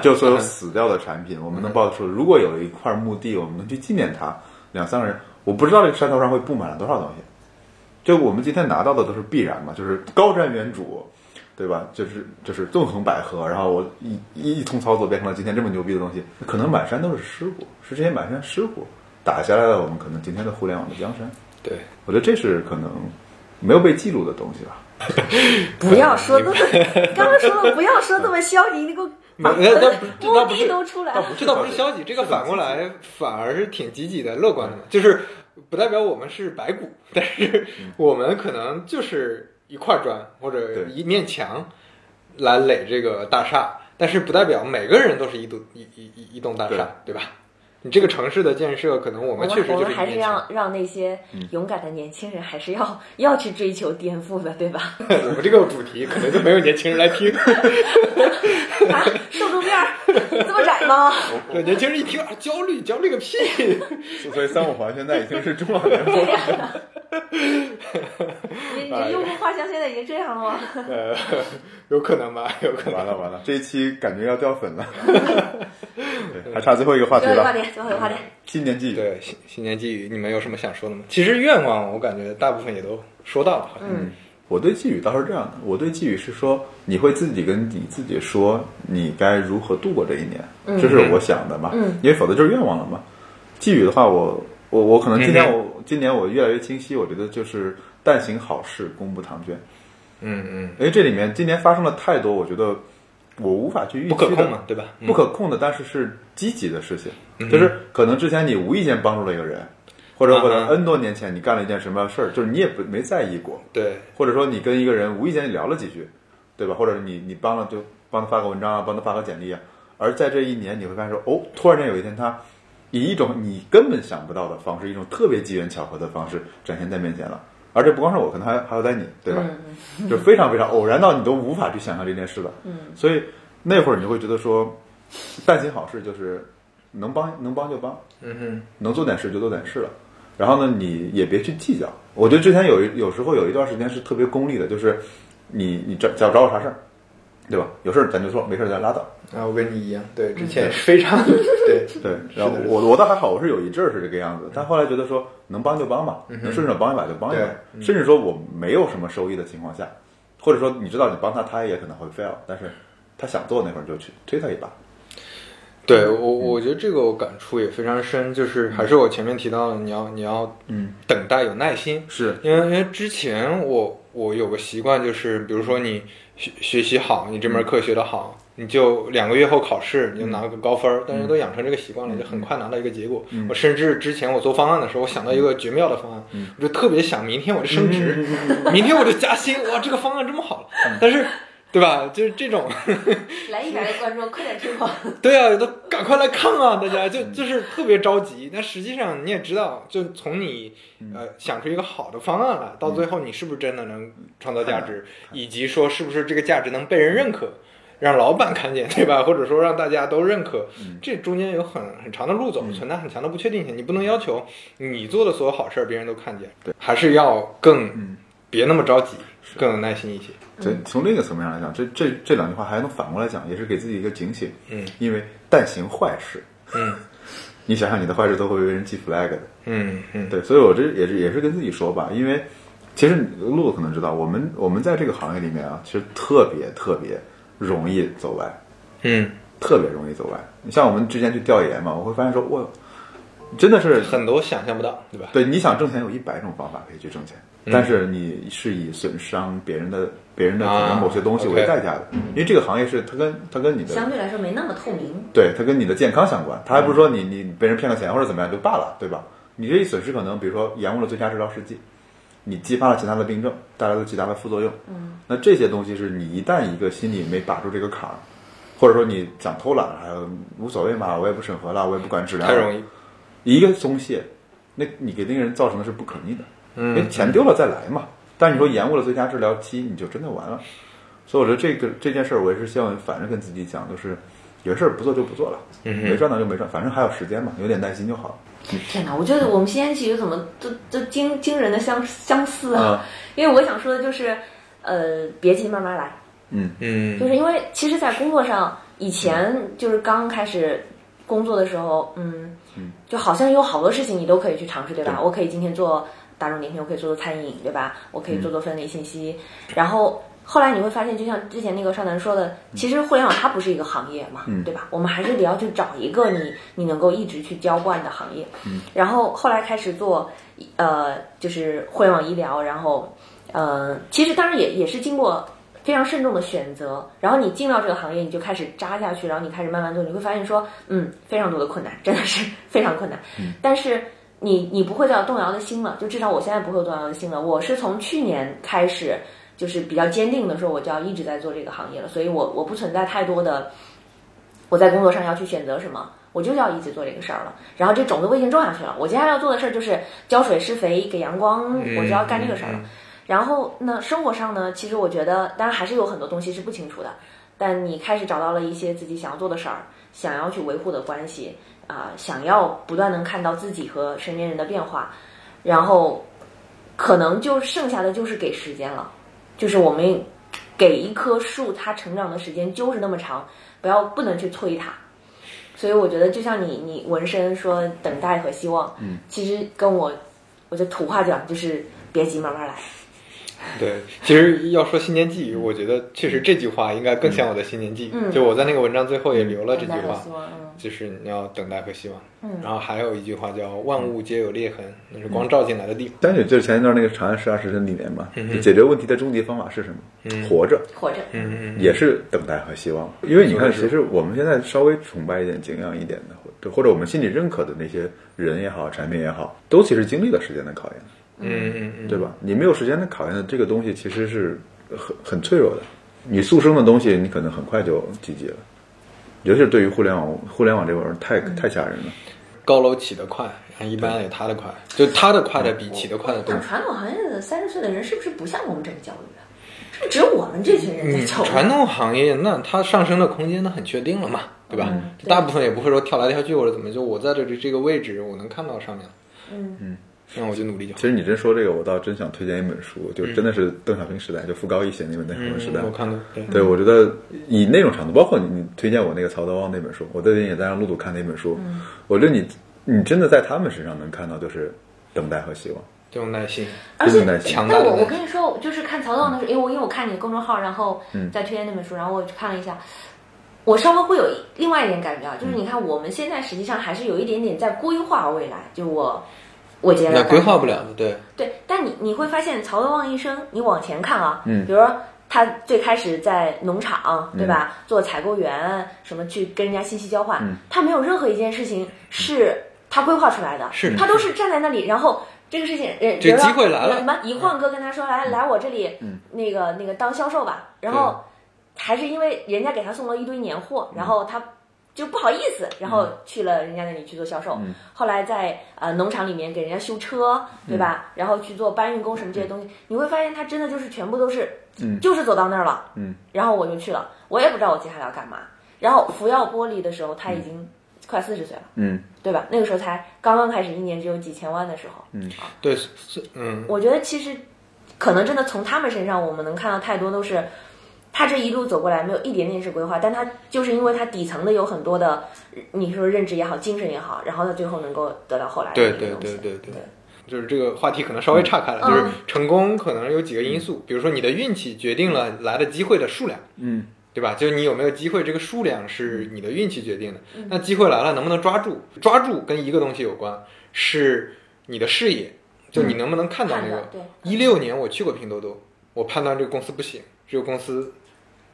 S2: 就所有死掉的产品，我们能报出，如果有一块墓地，我们能去纪念它，两三个人，我不知道这个山头上会布满了多少东西。就我们今天拿到的都是必然嘛，就是高瞻远瞩，对吧？就是就是纵横捭阖，然后我一一一通操作变成了今天这么牛逼的东西。可能满山都是尸骨，是这些满山尸骨打下来了我们可能今天的互联网的江山。
S4: 对，
S2: 我觉得这是可能没有被记录的东西吧。
S3: 不要说那么， 刚刚说了不要说那么消极，你给我
S4: 那那 那不这
S3: 目
S4: 倒不
S3: 的
S4: 是
S3: 都出来了。
S4: 这倒不是消极，这个反过来反而是挺积极的、乐观的嘛，就是不代表我们是白骨，但是我们可能就是一块砖或者
S2: 对
S4: 一面墙来垒这个大厦，但是不代表每个人都是一栋一一一一栋大厦，对吧？你这个城市的建设，可能我
S3: 我
S4: 们确实
S3: 我
S4: 就
S3: 们
S4: 是一
S3: 还是
S4: 面墙嗯
S3: 让，让那些勇敢的年轻人，还是要 要去追求颠覆的，对 吧？
S4: 我们这个主题可能就没有年轻人来 听，
S3: 啊，受众面儿 这么窄 吗？
S4: 对年轻人一听啊，焦虑，焦虑个屁！
S2: 所以三五环现在已经是中老年
S3: 对
S4: 哎
S3: 呀、你你用户画像现在已经这样了吗？
S4: 呃，有可能吧，有可能。
S2: 完了完了，这一期感觉要掉粉 了，对还差最后一
S4: 啊
S2: 个话题
S3: 最后一个话
S2: 了，
S3: 题，最后一个话题，
S2: 新年寄语。
S4: 对新新年寄语，你们有什么想说的吗？其实愿望，我感觉大部分也都说到了，好像。
S3: 嗯，
S2: 我对寄语倒是这样的，我对寄语是说，你会自己跟你自己说，你该如何度过这一年，
S3: 嗯
S2: 这是我想的嘛，
S3: 嗯
S2: 因为否则就是愿望了嘛。寄语的话，我我我可能今年我、今年我越来越清晰，我觉得就是但行好事，功不唐捐。
S4: 嗯
S2: 因为这里面今年发生了太多，我觉得我无法去预
S4: 嗯，
S2: 期
S4: 不可
S2: 的
S4: 控嘛，对吧？嗯
S2: 不可控啊的，但是是积极的事情，就是可能之前你无意间帮助了一个人，或者或
S4: 嗯嗯
S2: 者
S4: 哼
S2: N 多年前你干了一件什么事儿，就是你也不没在意过，
S4: 对，
S2: 或者说你跟一个人无意间聊了几句，对吧？或者你你帮了就帮他发个文章啊，帮他发个简历啊，而在这一年你会发现说，哦，突然间有一天他以一种你根本想不到的方式，一种特别机缘巧合的方式展现在面前了。而这不光是我，可能还还有在你，对吧？
S3: 嗯
S2: 就非常非常偶然到你都无法去想象这件事了。
S3: 嗯
S2: 所以那会儿你就会觉得说，但行好事就是能帮能帮就帮，
S4: 嗯哼，
S2: 能做点事就做点事了。然后呢，你也别去计较。我觉得之前有一有时候有一段时间是特别功利的，就是你你找找找我啥事儿，对吧？有事儿咱就说，没事儿咱拉倒。
S4: 啊，我跟你一样，对，之前非常对，
S2: 对，然后我我倒还好，我是嗯有一阵儿是这个样子，但后来觉得说能帮就帮吧，能顺手帮一把就帮一把
S4: 对，
S2: 甚至说我没有什么收益的情况下，或者说你知道你帮他，他也可能会 fail，但是他想做那会儿就去推他一把。
S4: 对我我觉得这个我感触也非常深，就是还是我前面提到的，你要你要
S2: 嗯，
S4: 等待有耐心，
S2: 是
S4: 因为因为之前我我有个习惯，就是比如说你学学习好，你这门课学得好，你就两个月后考试你就拿个高分儿，但是都养成这个习惯了，就很快拿到一个结果。我甚至之前我做方案的时候，我想到一个绝妙的方案，嗯我就特别想明天我就升职，明天我就加薪，哇，这个方案这么好了，但是。对吧？就是这种，
S3: 来一百位观众，快点推广。
S4: 对啊，都赶快来看啊！大家
S2: 嗯
S4: 就就是特别着急。但实际上你也知道，就从你
S2: 嗯
S4: 呃想出一个好的方案来，到最后你是不是真的能创造价
S2: 嗯
S4: 值，以及说是不是这个价值能被人认可，让老板看见，
S2: 嗯
S4: 对吧？或者说让大家都认可，这中间有很很长的路
S2: 嗯
S4: 走，存在很强的不确定性。你不能要求你做的所有好事儿别人都看见，
S2: 对，
S4: 还是要更
S2: 嗯
S4: 别那么着急，更有耐心一些。
S2: 对，从另一个层面上来讲，这这这两句话还能反过来讲，也是给自己一个警醒。
S4: 嗯，
S2: 因为但行坏事，
S4: 嗯
S2: 你想想你的坏事都会被人记 flag 的。
S4: 嗯嗯，
S2: 对，所以我这也是也是跟自己说吧，因为其实露露可能知道，我们我们在这个行业里面啊，其实特别特别容易走歪，
S4: 嗯，
S2: 特别容易走歪。你像我们之前去调研嘛，我会发现说，我真的是
S4: 很多想象不到，对吧？
S2: 对，你想挣钱有一百种方法可以去挣钱，
S4: 嗯
S2: 但是你是以损伤别人的别人的可
S4: 啊
S2: 能某些东西为
S4: OK 嗯
S2: 代价的，因为这个行业是它跟它跟你的
S3: 相对来说没那么透明，
S2: 对，它跟你的健康相关，它还
S4: 嗯
S2: 不是说你你被人骗了钱或者怎么样就罢了，对吧？你这一损失可能，比如说延误了最佳治疗时机，你激发了其他的病症，带来了其他的副作用。嗯，那这些东西是你一旦一个心里没把住这个坎儿，或者说你想偷懒，还有无所谓嘛，我也不审核了，我也不管治疗，
S4: 太容易。
S2: 一个松懈，那你给那个人造成的是不可逆的，因为钱丢了再来嘛。但是你说延误了最佳治疗期，你就真的完了。所以我觉得这个这件事儿，我也是希望反正跟自己讲，就是有事儿不做就不做了，没赚到就没赚，反正还有时间嘛，有点耐心就好
S3: 天哪！我觉得我们西安区怎么都都惊惊人的相相似
S2: 了。
S3: 啊！
S2: 啊，
S3: 因为我想说的就是，呃，别急，慢慢来。
S4: 嗯
S3: 就是因为其实，在工作上，以前就是刚开始工作的时候，嗯，就好像有好多事情你都可以去尝试，对吧？我可以今天做大众点评，我可以做做餐饮，对吧？我可以做做分类信息。然后后来你会发现，就像之前那个少南说的，其实互联网它不是一个行业嘛，对吧？我们还是得要去找一个你你能够一直去浇灌的行业。然后后来开始做，呃，就是互联网医疗，然后。呃，其实当然也也是经过非常慎重的选择，然后你进到这个行业，你就开始扎下去，然后你开始慢慢做，你会发现说，嗯，非常多的困难，真的是非常困难。但是你你不会再有动摇的心了，就至少我现在不会有动摇的心了。我是从去年开始，就是比较坚定的说，我就要一直在做这个行业了，所以我我不存在太多的我在工作上要去选择什么。我就要一直做这个事儿了，然后这种子我已经种下去了。我接下来要做的事儿就是浇水、施肥、给阳光，我就要干这个事儿了。然后呢，生活上呢，其实我觉得，当然还是有很多东西是不清楚的，但你开始找到了一些自己想要做的事儿，想要去维护的关系啊、想要不断能看到自己和身边人的变化，然后可能就剩下的就是给时间了，就是我们给一棵树它成长的时间就是那么长，不要不能去催它。所以我觉得，就像你你纹身说等待和希望，嗯，其实跟我我就土话讲就是别急，慢慢来。
S4: 对，其实要说新年寄语，我觉得确实这句话应该更像我的新年寄语。
S3: 嗯
S4: 就我在那个文章最后也留了这句
S3: 等待
S4: 话
S3: 和希，望，嗯
S4: 就是你要等待和希望。嗯、然后还有一句话叫“万物皆有裂痕，那
S3: 嗯
S4: 是光照进来的地方
S2: 但是就是前一段那个《长安十二时辰》里面嘛，就解决问题的终极方法是什么？活着。
S3: 活着，嗯，
S2: 也是等待和希望。因为你看，其实我们现在稍微崇拜一点、敬仰一点的，或或者我们心里认可的那些人也好、产品也好，都其实经历了时间的考验，”
S4: 嗯。嗯嗯
S2: 对吧？你没有时间的考验的这个东西，其实是很很脆弱的。你速生的东西，你可能很快就积极了。尤其是对于互联网，互联网这玩意儿太
S4: 嗯
S2: 太吓人了。
S4: 高楼起得快，一般也塌得快，就塌得快的比起得快的多
S3: 但。传统行业的三十岁的人是不是不像我们这么焦虑啊？是不是只有我们这群人在啊焦虑？
S4: 嗯传统行业，那它上升的空间那很确定了嘛，对吧？
S3: 嗯
S4: 就大部分也不会说跳来跳去或者怎么，就我在这里这个位置，我能看到上面了，
S3: 嗯
S4: 嗯，那我就努力就好
S2: 其。实你真说这个，我倒真想推荐一本书，就真的是邓小平时代，就傅高义写那本《邓小平时代》
S4: 嗯我看到，对，
S2: 对，我觉得以那种长度，包括你你推荐我那个曹德旺那本书，我最近也在让露露看那本书，我觉得你你真的在他们身上能看到就是等待和希望，
S4: 这种耐心，
S3: 而
S2: 真
S3: 且
S2: 的耐心。
S4: 强大
S3: 但
S4: 的
S3: 我
S4: 耐
S3: 我
S4: 心。
S3: 跟你说，我就是看曹总的时候，因为我因为我看你的公众号，然后
S4: 嗯
S3: 在推荐那本书，然后我去看了一下，我稍微会有另外一点感觉啊，
S4: 嗯
S3: 就是你看我们现在实际上还是有一点点在规划未来，就我我觉
S4: 那
S3: 得
S4: 规划不
S3: 嗯
S4: 了的，对，
S3: 对，但你你会发现曹德旺医生，你往前看啊，嗯，比如说他最开始在农
S4: 嗯
S3: 场，对吧，做采购员，什么去跟人家信息交换，
S4: 嗯
S3: 他没有任何一件事情是他规划出来的，
S4: 是的
S3: 他都是站在那里，然后。这个事情，呃，比
S4: 这
S3: 如说
S4: 机会来了嗯
S3: 什么？一晃哥跟他说：“来来，我这里，那个那个当销售吧。”然后还是因为人家给他送了一堆年货，
S4: 嗯
S3: 然后他就不好意思，
S2: 嗯
S3: 然后去了人家那里去做销售。后来在呃农场里面给人家修车，
S2: 嗯
S3: 对吧？然后去做搬运工什么这些东西，你会发现他真的就是全部都是，就是走到那儿了，
S2: 嗯，
S3: 然后我就去了，我也不知道我接下来要干嘛。然后服药玻璃的时候，他已经快四十岁了，
S2: 嗯
S3: 对吧？那个时候才刚刚开始，一年只有几千万的时候，
S2: 嗯
S4: 对，是是嗯，
S3: 我觉得其实可能真的从他们身上，我们能看到太多都是他这一路走过来没有一点点是规划，但他就是因为他底层的有很多的，你说认知也好，精神也好，然后他最后能够得到后来的
S4: 对
S3: 这些
S4: 对
S3: 东西
S4: 对对对
S3: 对。
S4: 就是这个话题可能稍微岔开了，
S3: 嗯
S4: 就是成功可能有几个因素，比如说你的运气决定了来的机会的数量，
S2: 嗯
S4: 对吧？就是你有没有机会，这个数量是你的运气决定的。
S3: 嗯
S4: 那机会来了，能不能抓住？抓住跟一个东西有关，是你的视野，就你能不能看到
S3: 嗯
S4: 那
S3: 看到
S4: 个。
S3: 对
S4: 一六年我去过拼多多，我判断这个公司不行，这个公司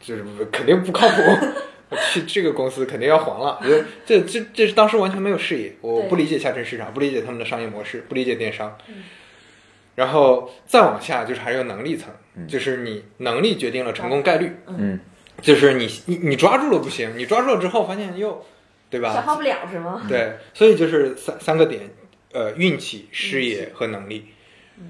S4: 就是肯定不靠谱， 我去这个公司肯定要黄了。我觉得这这这是当时完全没有视野，我
S3: 对
S4: 不理解下沉市场，不理解他们的商业模式，不理解电商。
S3: 嗯
S4: 然后再往下就是还有能力层，就是你能力决定了成功概率。
S2: 嗯
S4: 就是你你你抓住了不行，你抓住了之后发现又，对
S3: 消
S4: 吧？
S3: 化不了是吗？
S4: 对，所以就是三三个点，呃，运气、嗯视野和能力，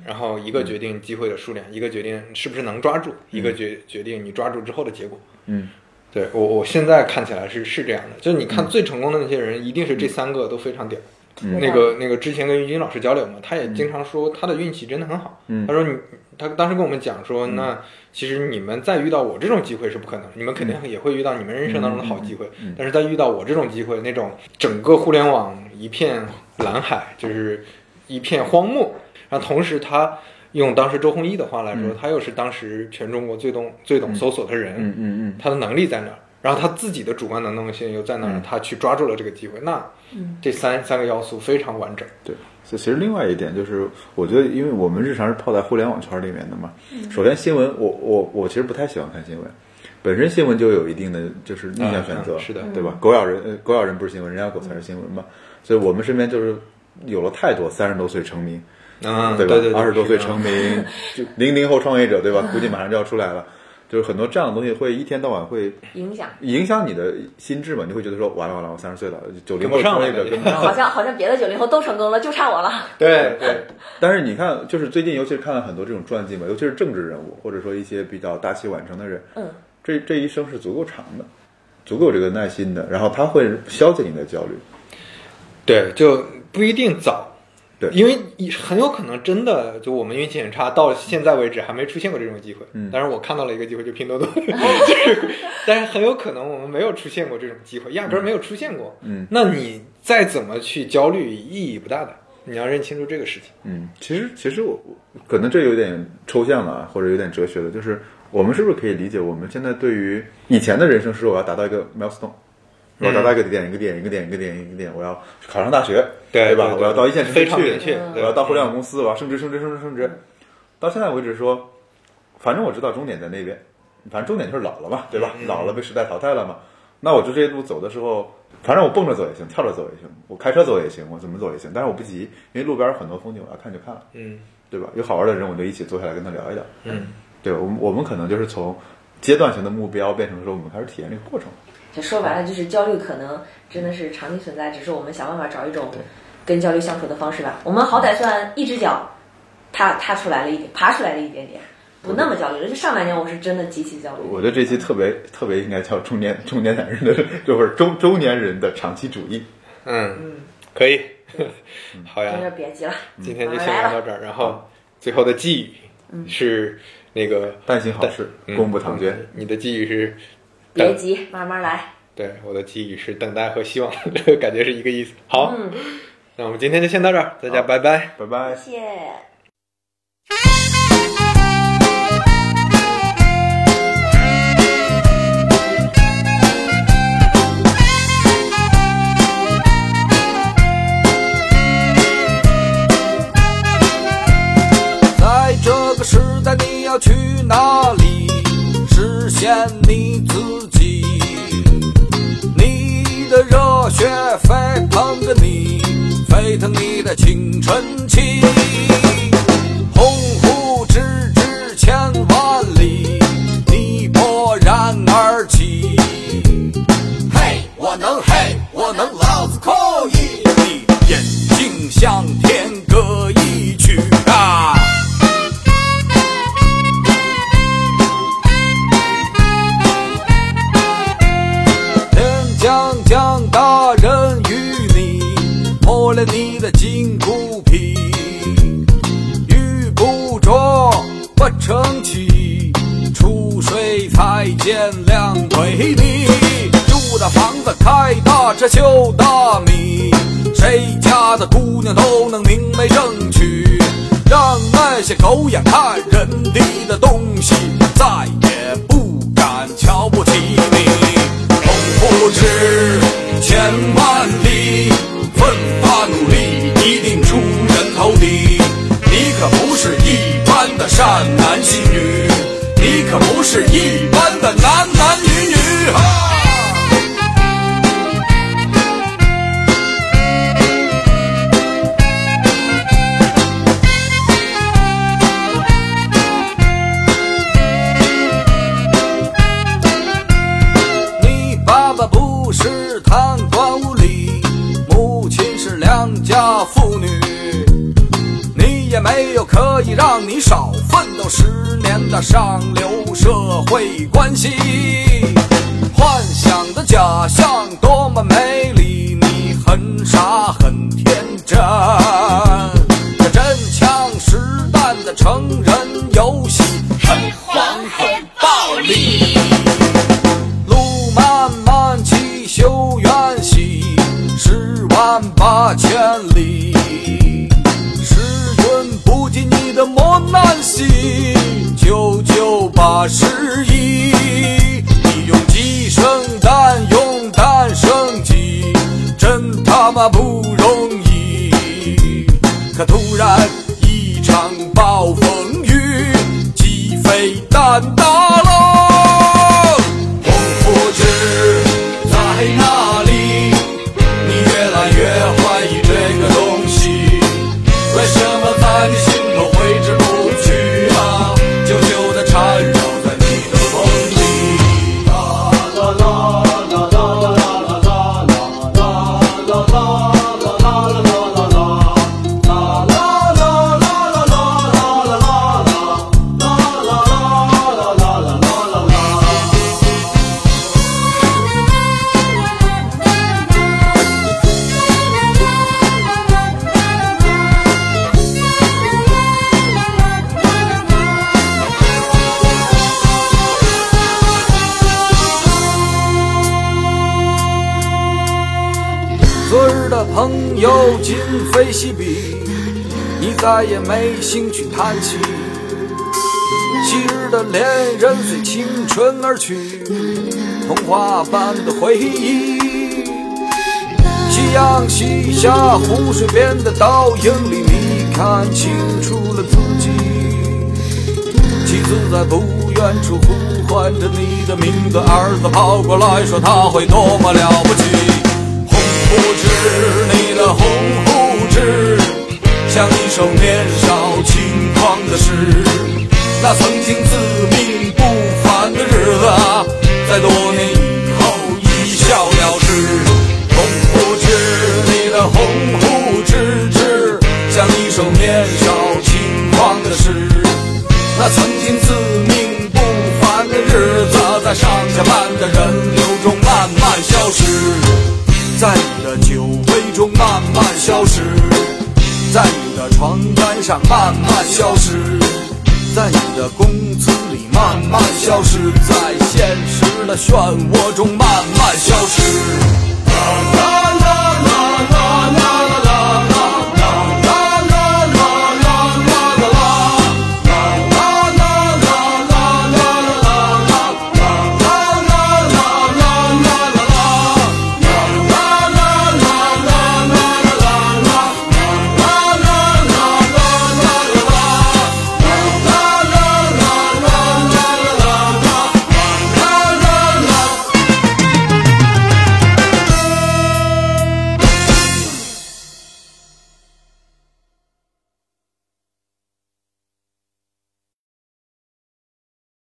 S4: 然后一个决定机会的数量，一个决定是不是能抓住，一个决决定你抓住之后的结果。
S2: 嗯
S4: 对我我现在看起来是是这样的，就是你看最成功的那些人，一定是这三个都非常屌。
S3: 嗯
S4: 那个那个之前跟于军老师交流嘛，他也经常说他的运气真的很好。
S2: 嗯
S4: 他说你，他当时跟我们讲说，那其实你们再遇到我这种机会是不可能，你们肯
S2: 嗯
S4: 定也会遇到你们人生当中的好机会，但是在遇到我这种机会，那种整个互联网一片蓝海，就是一片荒漠。然后同时他用当时周鸿祎的话来说，他又是当时全中国最懂最懂搜索的人，
S2: 嗯嗯
S4: 他的能力在那儿，然后他自己的主观能动性又在那儿，
S2: 嗯
S4: 他去抓住了这个机会。那这三三个要素非常完整。
S2: 对，所以其实另外一点就是，我觉得因为我们日常是泡在互联网圈里面的嘛，首先新闻，我我我其实不太喜欢看新闻。本身新闻就有一定的啊就是逆向选择，
S4: 嗯嗯是的
S2: 对吧？狗咬人，呃，狗咬人不是新闻，人咬狗才是新闻嘛。所以我们身边就是有了太多三十多岁成名，
S4: 嗯，
S2: 对
S4: 对
S2: 吧？
S4: 对，
S2: 二十多
S4: 是
S2: 岁
S4: 的
S2: 成 名，就零零后创业者，对吧？估计马上就要出来了。就是很多这样的东西会一天到晚会
S3: 影 响
S2: 影响你的心智嘛，你会觉得说完了完了，我三十岁了，九零
S4: 跟不
S2: 后
S4: 上
S2: 创
S4: 了
S2: 业者
S4: 感觉
S2: 跟不上了
S3: 好。像好像别的九零后都成功了，就差我了。
S4: 对对，
S2: 但是你看，就是最近，尤其是看了很多这种传记嘛，尤其是政治人物，或者说一些比较大器晚成的人，
S3: 嗯，
S2: 这这一生是足够长的，足够有这个耐心的，然后他会消解你的焦虑。
S4: 对，就不一定早。
S2: 对
S4: 因为很有可能真的就我们运气很差，到现在为止还没出现过这种机会。
S2: 嗯
S4: 但是我看到了一个机会，就 拼多多，就是，但是很有可能我们没有出现过这种机会，压根儿没有出现过。
S2: 嗯，
S4: 那你再怎么去焦虑，意义不大的。你要认清楚这个事情。
S2: 嗯，其实其实我我可能这有点抽象了啊，或者有点哲学的，就是我们是不是可以理解，我们现在对于以前的人生是我要达到一个 milestone，我
S4: 嗯
S2: 要达到一个点一个点一个点一个点一个点，我要考上大学，
S4: 对
S2: 吧？
S4: 对
S2: 我
S4: 对
S2: 要到一线城市
S4: 非
S2: 去，嗯
S4: 常明确
S2: 我
S4: 对
S2: 要到互联网公司，我要升职升职升职升职。到现在为止说，反正我知道终点在那边，反正终点就是老了嘛，对吧？老了被时代淘汰了嘛。那我就这一路走的时候，反正我蹦着走也行，跳着走也行，我开车走也行，我怎么走也行。但是我不急，因为路边有很多风景，我要看就看了。
S4: 嗯
S2: 对吧？有好玩的人，我就一起坐下来跟他聊一聊。
S4: 嗯，
S2: 对我们，我们可能就是从阶段性的目标变成说，我们开始体验这个过程。
S3: 就说白了，就是焦虑可能真的是长期存在，只是我们想办法找一种跟焦虑相处的方式吧。我们好歹算一只脚踏踏出来了一点，爬出来了一点点，不那么焦虑了。就上半年我是真的极其焦虑，
S2: 我觉得这期特别特别应该叫中年中年男人的， 就是中中年人的长期主义。
S4: 嗯，可以，
S2: 嗯
S4: 好呀
S3: 真。的别急了。
S4: 今天就先聊到这儿，然后最后的寄语是那个
S2: 但行好事，功不唐捐。
S4: 嗯你的寄语是
S3: 别急，慢慢来。
S4: 对，我的寄语是等待和希望， 这个感觉是一个意思。好，那我们今天就先到这儿，大家拜拜。
S2: 拜拜。
S3: 谢谢。
S1: 在这个时代，你要去哪里实现你自己？你的热血沸腾着你，沸腾你的青春期，鸿鹄直至千万里，你勃然而啊我撑起，出水才见两腿泥。住的房子开大，车修大米，谁家的姑娘都能明媒正娶。让那些狗眼看人低的东西，再也不敢瞧不起你。功夫值千万里，奋发努力一定出人头地。你可不是一般的善男信女，你可不是一般的男男女女哈。你爸爸不是贪官污吏，母亲是良家妇女，你也没有可以让你少奋斗十年的上流社会关系。幻想的假象多么美丽，你很傻很天真。这真枪实弹的成人游戏，很黄很暴力。路漫漫其修远兮，十万八千里。时运不及你的磨难兮，九九八十一。你用鸡生蛋，用蛋生鸡，真他妈不容易。可突然一场暴风雨，鸡飞蛋打喽。功夫值在哪里？你越来越怀疑这个东西，为什么在你心头挥之不去啊？久久的缠绕在你的梦里。啦啦啦啦啦啦啦啦啦啦啦啦啦啦啦啦啦。昨日的朋友今非昔比，你再也没兴趣谈起。昔日的恋人随青春而去，童话般的回忆。夕阳西下，湖水边的倒影里，你看清楚了自己。妻子在不远处呼唤着你的名字，儿子跑过来说他会多么了不起。红护指，你的红护指，像一首年少轻狂的诗。那曾经自命不凡的日子啊，在多年以后一笑了之。红护指，你的红护指指，像一首年少轻狂的诗。那曾经自命不凡的日子，在上下班的人流中慢慢消失，在你的酒杯中慢慢消失，在你的床单上慢慢消失，在你的工资里慢慢消失，在现实的漩涡中慢慢消失。啦啦